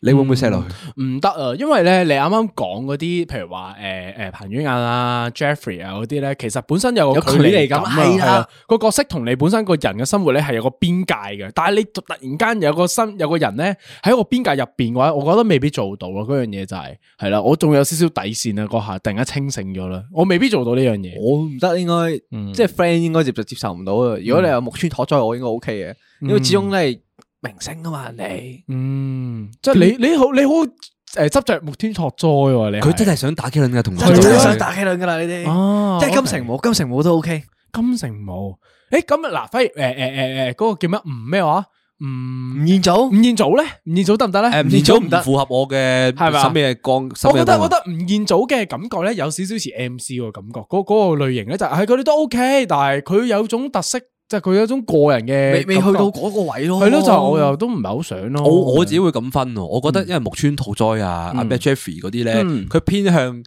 你會唔會錫落去？唔得啊，因為咧你啱啱講嗰啲，譬如話诶诶彭于晏啊、Jeffrey 啊嗰啲咧，其實本身有個有距離離感啊感啊係啊，個角色同你本身個人嘅生活咧係有個邊界嘅，但係你突然間有個新有個人咧喺個邊界入边嘅話，我覺得未必做到咯。嗰樣嘢就係係啦，我仲有少少底線啊，嗰下突然間清醒咗啦，我未必做到呢樣哦嘢。我唔得，應該嗯即係 friend 應該接就接受唔到啊。如果你有木村拓哉，我應該 OK 嘅，因為始終咧係明星啊嘛，你嗯，即係你你好你好诶执着木天拓哉喎，你係佢真係想打機輪噶，同真係係啊想打機兩噶啦，你哋哦即係金 OK 城武，金城武都 OK。金城武，诶咁啊嗱，反而诶诶诶诶嗰個叫咩吳咩話？吳吳彥祖吳彥祖咧，吳彥祖得唔得咧？誒，唔唔知知做咗唔唔得符合我嘅係咪啊審美嘅光，我審美覺得嘅光我覺得吳彥祖嘅感覺咧有少少似 MC 個感覺，嗰嗰個類型咧就係佢哋都 OK，但係佢有種特色，即係佢有種個人嘅未未去感覺到嗰個位咯，係咯，就我又都唔係好想咯。我我自己會咁分喎，我覺得因為木村拓哉啊、阿嗯 Matt Jeffrey 嗰啲咧，嗯佢偏向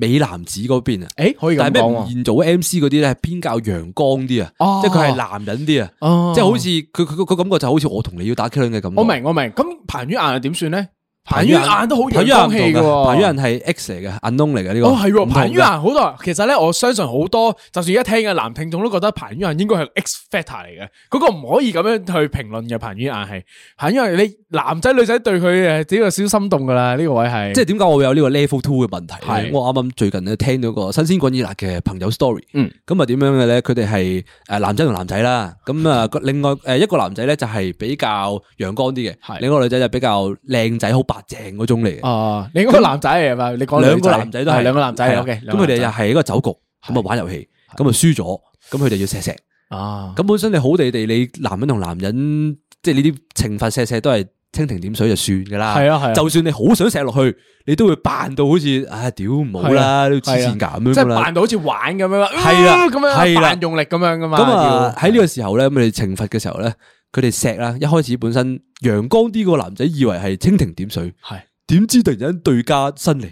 美男子嗰邊啊。誒可以但咁係咩講吳喎，彥祖 MC 嗰啲咧，係偏較陽光啲啊，哦即係佢係男人啲啊，哦即係好似佢佢佢佢感覺就好似我同你要打 K 輪嘅感覺。我明我明，咁彭于晏又點算咧？彭彭于于晏晏都好彭陽于晏光唔氣嘅同喎，嘅，彭于晏係 X 嚟嘅，unknown 嚟嘅呢個。哦，係喎，唔同嘅彭于晏好多人，其實咧，我相信好多，就算而家聽嘅男聽眾都覺得彭于晏應該係 X factor 嚟嘅，嗰、個唔可以咁樣去評論嘅。彭于晏係彭于晏，你男仔女仔對佢誒只有少少心動噶啦，呢、個位係即係點解我會有呢個 level two 嘅問題係咧？我啱啱最近咧聽到個新鮮滾熱辣嘅朋友 story，嗯咁啊點樣嘅咧？佢哋係誒男仔同男仔啦，咁嗯啊個另外誒一個男仔咧就係比較陽光啲係嘅，另一個女仔就比較靚仔好白淨嗰種嚟嘅。啊，你嗰個男仔嚟嘛？你講兩個個男仔都係兩個男仔係啦，OK，咁佢哋又係一個酒局，咁係啊玩遊戲，咁啊輸咗，咁佢哋要錫錫。啊，咁本身你好地地，你男人同男人即係呢啲懲罰錫錫都係蜻蜓點水就算噶啦。係啊係啊就算你好想錫落去，你都會扮到好似啊屌唔好啦，你黐線㗎咁即樣係㗎啦扮。到好似玩咁樣，係啦嗯咁樣係啦扮用力咁樣噶嘛，咁啊要喺呢個時候咧，咁佢哋懲罰嘅時候咧，佢哋錫啦，一開始本身陽光啲個男仔以為係蜻蜓點水，係點知突然間對家新 嚟。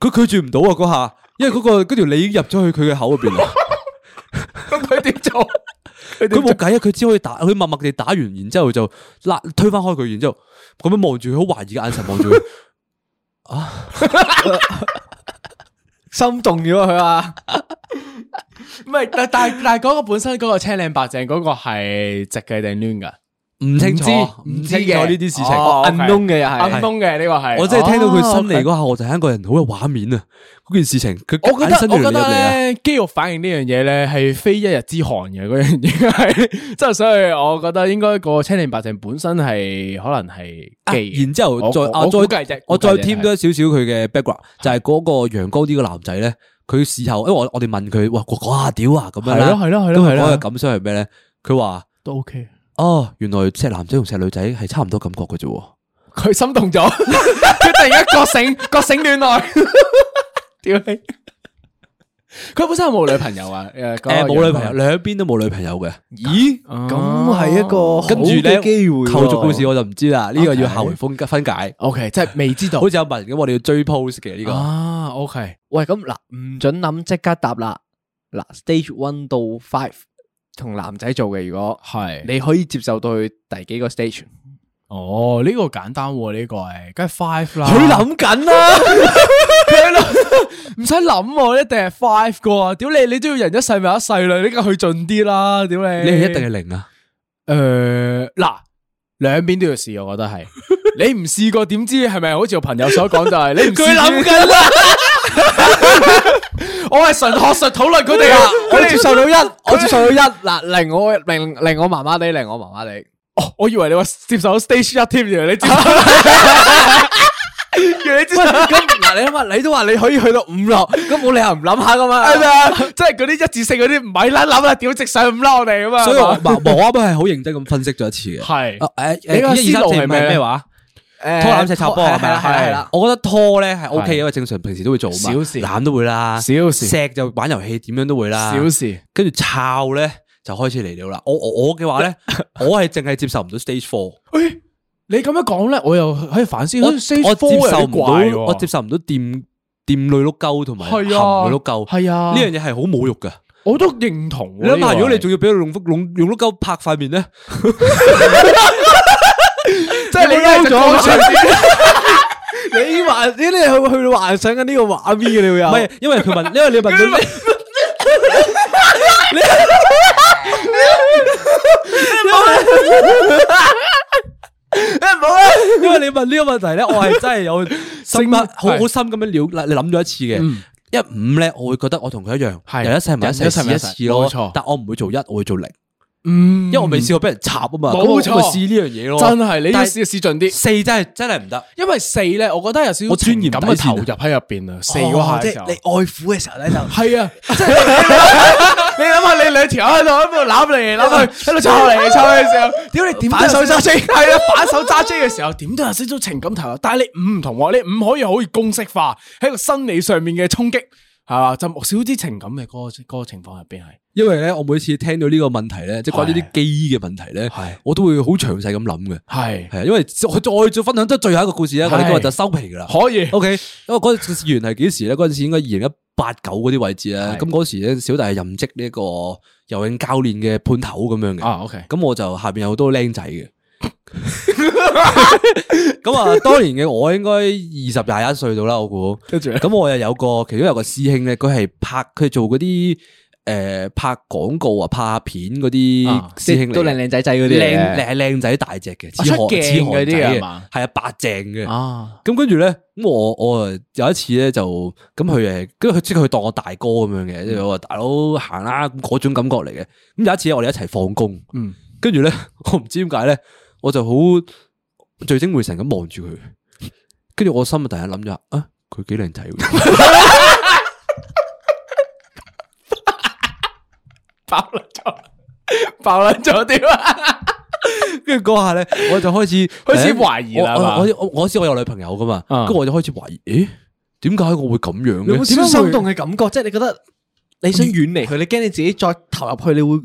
佢拒絕唔到啊！嗰下，因為嗰、個嗰條脷已經入咗去佢嘅口入邊啦。咁佢點做？ 佢佢點冇做計啊！佢只可以打，佢默默地打完，然之後就拉推翻開佢，然之後咁樣望住佢，好懷疑嘅眼神望 住佢。心動咗佢啊！唔係，但但但係嗰個本身嗰個青靚白淨嗰個係直嘅定攣㗎？唔清楚，唔知唔唔清知楚嘅呢啲事情。哦，OK 暗窿嘅又係暗通嘅呢個係，我真係聽到佢新嚟哦嗰下，我就係一個人好有畫面啊！嗰件事情，佢我覺眼伸得咗我條覺得脷入嚟啊！咧，肌肉反應呢樣嘢咧係非一日之寒嘅嗰樣嘢係，即係所以我覺得應該個青靚白淨本身係可能係啊肌，然之後我再我啊我估計再啫我估計啫再添多少少佢嘅 background，就係嗰個陽光啲嘅男仔咧，佢事後因為我我哋問佢，哇講下屌啊咁樣係咯啦，係咯係咁咯係佢咯講嘅啊感想係咩咧？佢話都 OK，哦，原來錫男仔同錫女仔係差唔多感覺嘅啫哦喎。佢心動 咗，佢突然間覺醒 覺醒戀愛，屌你！佢本身有冇女朋友啊？誒誒冇女朋友，，兩邊都冇女朋友嘅。咦，咁係一個跟住咧，咧機會喎構造故事我就唔知啦，呢個要後回分分嗰解。個人 OK，即係未知道好似阿文咁，我哋要追 post 嘅呢個。啊，OK。喂，咁嗱，唔准諗，即刻答啦。嗱，stage one 到 five 同男仔做嘅，如果係你可以接受到去第幾個 stage？哦，呢、個簡單喎、呢、個係，梗係 five 啦。緊啦，唔使諗喎，一定係 five 噶。屌你，你都要人一世咪一世啦，你梗係去盡啲啦。屌你，你係一定係零啊！誒呃嗱、兩邊都要試，我覺 得係。你唔試過點知係咪好似我朋友所講就係、你唔佢試諗緊 啦。我係純學術討論佢哋 啊，我接受到一，我接受到一。嗱，零我零零我麻麻地，零我麻麻地。哦，我以為你話接受到 stage 一添，原來你接受到，原來你接受喂，到。咁嗱，你諗下，你都話你可以去到五咯，咁冇理由唔諗下 噶嘛？系啊，即系嗰啲一至四嗰啲唔咪啦谂啦，屌直上五啦我哋咁啊！所以我唔係我啱啱係好認真咁分析咗一次嘅。係啊誒你個誒，一思二路三四係唔咩係咧咩話？誒拖攬石插波係咪係啦啊？係啦係啦。我覺得拖咧係 O K 係嘅，因為正常平時都會做啊嘛。小事攬都會啦，小事錫就玩遊戲點樣都會啦。小事，跟住抄咧就開始嚟了啦。我我我嘅話咧，我係淨係接受唔到 stage four。喂，你咁樣講咧，我又喺度反思，我好我似接 stage four 受有唔啲怪到，喎我接受唔到掂掂女碌鳩同埋含係女啊碌鳩，係啊呢樣嘢係好侮辱噶。我都認同喎。你諗下，呢個係如果你仲要俾佢用碌用用碌鳩拍塊面咧，即係你嬲咗，你幻，你你去去幻想緊呢個畫面嘅，你會有唔 Ờ. 係因為佢問，因為你問到咩？因為你問呢個問題咧，我係真係有深刻、好好深咁樣了，你諗咗一次嘅。一五咧，我會覺得我同佢一樣，係由一世埋一世人一世試埋一一世次咯。冇錯但我唔會做一，我會做零，嗯因為我未試過俾人插啊嘛。冇咁我錯咪試呢樣嘢咯。真係你要但試試盡啲，四真係真係唔得。因為四咧，我覺得有少少我尊嚴咁底嘅線啊投入喺入邊啊。四嗰下嘅時候，愛苦嘅時候咧就。係啊，即係你你諗下，你兩條喺度喺度攬嚟攬去，喺度抽嚟抽去嘅時候，屌你點反手揸 J，係啊，反手揸 J 嘅時候，點都有少少情感投入。但係你五唔同喎，你五可以好似公式化，喺個生理上面嘅衝擊，係嘛，就少啲情感嘅嗰個嗰個情況入邊係。因為咧，我每次聽到呢個問題咧，即係關於啲係基嘅問題咧係，我都會好詳細咁諗嘅。係系啊，因為我再再分享得最後一個故事咧，我哋今日係就收皮噶啦。可以 O K，因為嗰陣時原係幾時咧？嗰陣時應該二零一八九嗰啲位置咧。咁嗰時咧，小弟係任職呢一個游泳教練嘅判頭咁樣嘅。啊，OK，咁我就下边有好多僆仔嘅。 咁啊，當年嘅我應該二十廿一歲到啦，我估。跟 住咧咁我又有個，其中有個師兄咧，佢係拍佢做嗰啲诶拍廣告啊、拍片嗰啲啊師兄嚟都靚嘅。靚仔仔嗰啲嚟嘅靚靚靚仔大隻嘅，啊似出韓鏡似韓嗰啲仔係嘅，嘛係啊白淨嘅。啊，咁跟住咧，咁我我啊有一次咧就咁佢嗯誒，跟住佢即係佢當我大哥咁樣嘅，即係我話大佬行啦咁嗰種感覺嚟嘅。咁有一次我哋一齊放工，嗯，跟住咧 我唔知點解咧，我就好聚精會神咁望住佢，跟住我心啊突然間諗咗啊，佢幾靚仔喎。 爆啦咗，爆啦咗屌啊！跟住嗰下咧，我就開始 開始懷疑啦我係嘛我我我嗰時我有女朋友噶嘛，啊跟住我就開始懷疑，咦？點解我會咁樣你有冇嘅？少少心動嘅感覺？即係你覺得你想遠離佢，你驚你自己再投入去，你會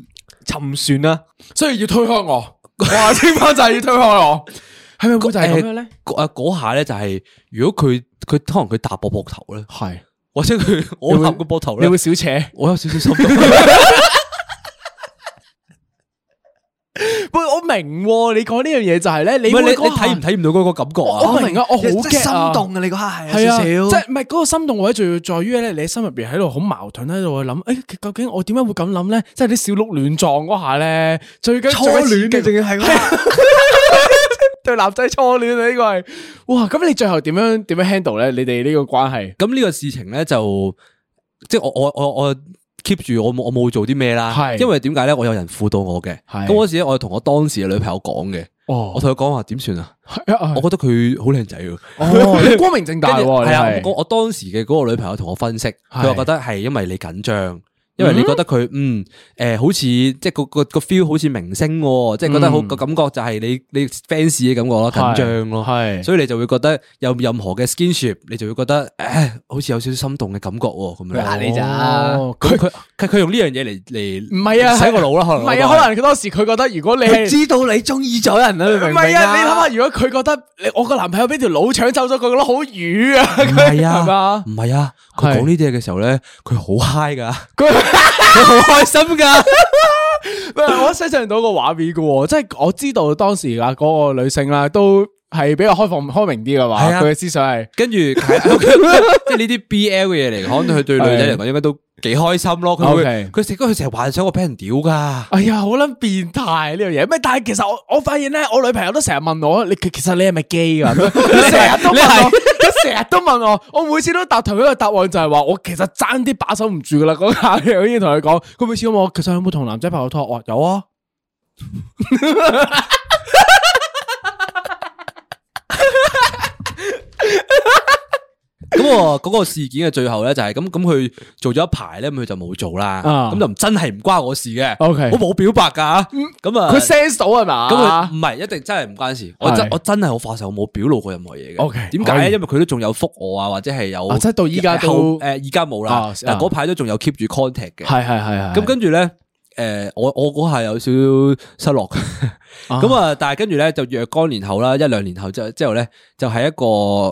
沉船啊！所以要推開我，我話聽翻就係要推開我，係咪會就係咁樣咧？嗰啊嗰下咧就係、如果佢佢可能佢搭我膊頭咧，係，或者佢我搭個膊頭你咧會，少扯。我有少少心動。喂，我明喎，你講呢樣嘢就係咧， 你唔會係你你嗰下睇唔？睇唔到嗰個感覺我啊？明啊，我好即係驚心啊！動啊！你嗰刻係係有啊，少即少，係唔係嗰個心動位，仲要在於咧，你心入邊喺度好矛盾喺度去諗，誒究竟我點解會咁諗咧？即係啲小鹿亂撞嗰下咧，最緊初最緊戀刺嘅，激仲要係啊嗰刻對男仔初戀啊！呢個係哇，咁你最後點樣點樣 handle 咧？你哋呢個關係咁呢個事情咧就即係我我我我 keep 住我冇我冇做啲咩啦，係因為點解咧？我有人輔導我嘅，咁係嗰時呢我係同我當時嘅女朋友講嘅，我哦，同佢講話點算啊？我覺得佢好靚仔喎。哦， 你光明正大喎，係係啊，啊我，我當時嘅嗰個女朋友同我分析，佢話覺得係因為你緊張。因為你覺得佢嗯誒好似即係個個個 feel 好似明星喎，即係覺得好嗯個感覺就係你你 fans 嘅感覺咯，緊張咯，係所以你就會覺得有任何嘅 skinship，你就會覺得誒好似有少少心動嘅感覺喎咁樣。佢呃你咋哦咁佢佢佢用呢樣嘢嚟嚟唔係啊，洗個腦啦，可能唔係啊，可能佢當時佢覺得如果你佢係。知道你中意咗人啦，你明唔唔係明啊！你諗下，如果佢覺得你我個男朋友俾條佬搶走咗，佢覺得好瘀 啊！唔係係啊嘛，唔係啊，佢係講呢啲嘢嘅時候咧，佢好 high 㗎，佢佢好開心 㗎。喂我想象到個畫面嘅喎，即係我知道當時啊嗰個女性啦，都係比較開放開明啲嘅嘛，係啊佢嘅思想係 跟住係 即係呢啲 BL 嘅嘢嚟講，佢對女仔嚟講應該都幾開心咯。佢會 OK 佢成佢成日幻想我俾人屌噶，哎呀，好撚變態呢樣嘢。咩？但係其實我我發現咧，我女朋友都成日問我，你其其實你係咪 gay 噶？ 佢成日都問我，佢成日都問我，我每次都答同一個答案，就係話我其實爭啲把守唔住噶啦。嗰下嘢我已經同佢講，佢每次問我，其實有冇同男仔拍過拖？我話有啊。 咁我嗰個事件嘅最後咧就係咁咁，佢做咗一排咧，咁佢就冇做啦。啊咁就唔真係唔關我事嘅。 OK 嗯我冇表白噶，咁啊，佢 sense 到係咁佢嘛？唔係一定真係唔關事。我真係我真係好發誓，我冇表露過任何嘢嘅。 OK，點解可咧？以因為佢都仲有覆我啊，或者係有啊即係到依家都後誒，依家冇啦啊。但嗰排都仲有 keep 住 contact 嘅。係係係係。咁跟住咧，诶、我我嗰下有少少失落，咁啊，但系跟住咧就若干年後啦，一兩年後之之後咧，就係一個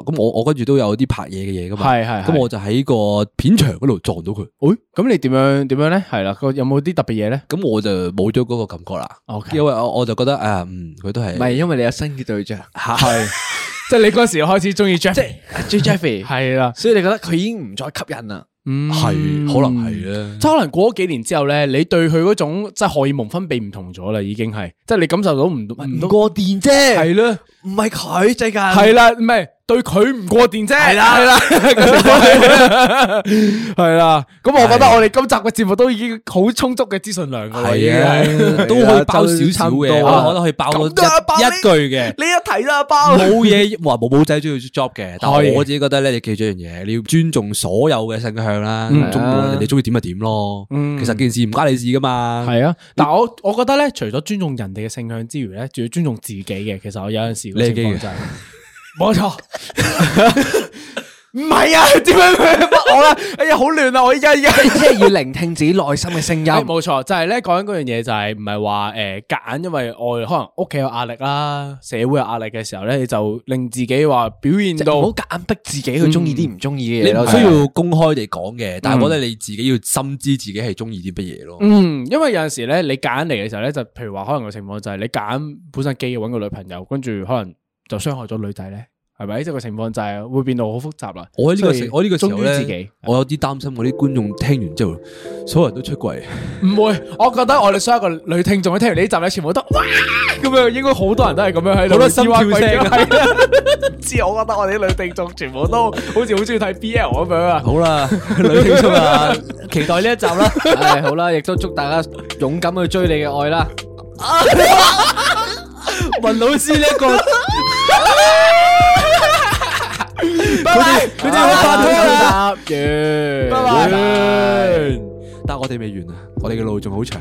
咁我我跟住都有啲拍嘢嘅嘢噶嘛，係係係咁我就喺個片場嗰度撞到佢，喂，咁你點樣點樣咧？係啦，個有冇啲特別嘢咧？咁我就冇咗嗰個感覺啦 OK 因為我我就覺得诶、啊嗯，佢都係唔系因为你有新嘅对象，嚇即係你嗰時開始中意 Jeff，追 Jeffy，係啦，嗯所以你觉得佢已经唔再吸引啦。係可能係啊咧，即係可能過咗幾年之後咧，你對佢嗰種即係荷爾蒙分泌唔同咗啦，已經係，即係你感受到唔唔到过电啫，係啦，唔系佢最近嗯係啦，唔係對佢唔過電啫，係啦係啦，係啦，咁我覺得我哋今集嘅節目都已經好充足嘅資訊量㗎啦，已經係係啊， 都可以包少少嘅，就差唔多我啊我覺得可以爆到一咁都係爆呢一句嘅。你一睇啦，包冇嘢話冇冇仔中意 job 嘅，但係我自己覺得咧，你記住一樣嘢，你要尊重所有嘅性向啦，嗯中意人哋中意點就點咯。其實件事唔關你事噶嘛。系啊，嗯但我我觉得咧，除咗尊重人哋嘅性向之餘咧，仲要尊重自己嘅。其實我有阵时個你係情基嘅況就係冇錯，唔係啊，點樣乜我啦？哎呀，好亂啊！我依家依家。 即系要聆聽自己內心嘅聲音。係冇錯，就係咧講緊嗰樣嘢就係唔係話诶夾硬，因為我哋可能屋企有壓力啦，社會有壓力嘅時候咧，你就令自己話表現即係唔好到夾硬逼自己去中意啲唔中意嘅你嘢啊咯。唔需要公開地講嘅，但係我覺得你自己要深知自己係中意啲乜嘢咯。嗯，因為有阵时咧，你夾硬嚟嘅時候咧，就譬如話可能個情況就係你夾硬本身基嘅搵個女朋友，跟住可能就傷害咗女仔咧，係咪？即係個情況就係會變到好複雜啦。我喺呢個時所以我呢個時忠候於自咧己，我有啲擔心我啲觀眾聽完之後，所有人都出櫃。唔會，我覺得我哋所有個女聽眾聽完呢集咧，全部都哇咁樣，應該好多人都係咁樣喺度，好多心跳聲係啊 唔知我覺得我哋啲女聽眾全部都好似好中意睇 BL 咁樣啊！好啦，女聽眾啊，期待呢一集啦。唉，好啦，亦都祝大家勇敢去追你嘅愛啦。雲老師呢 一個，拜拜，佢哋好發拖啦，啊啦，完， 拜拜。但係我哋未完啊，我哋嘅路仲好長。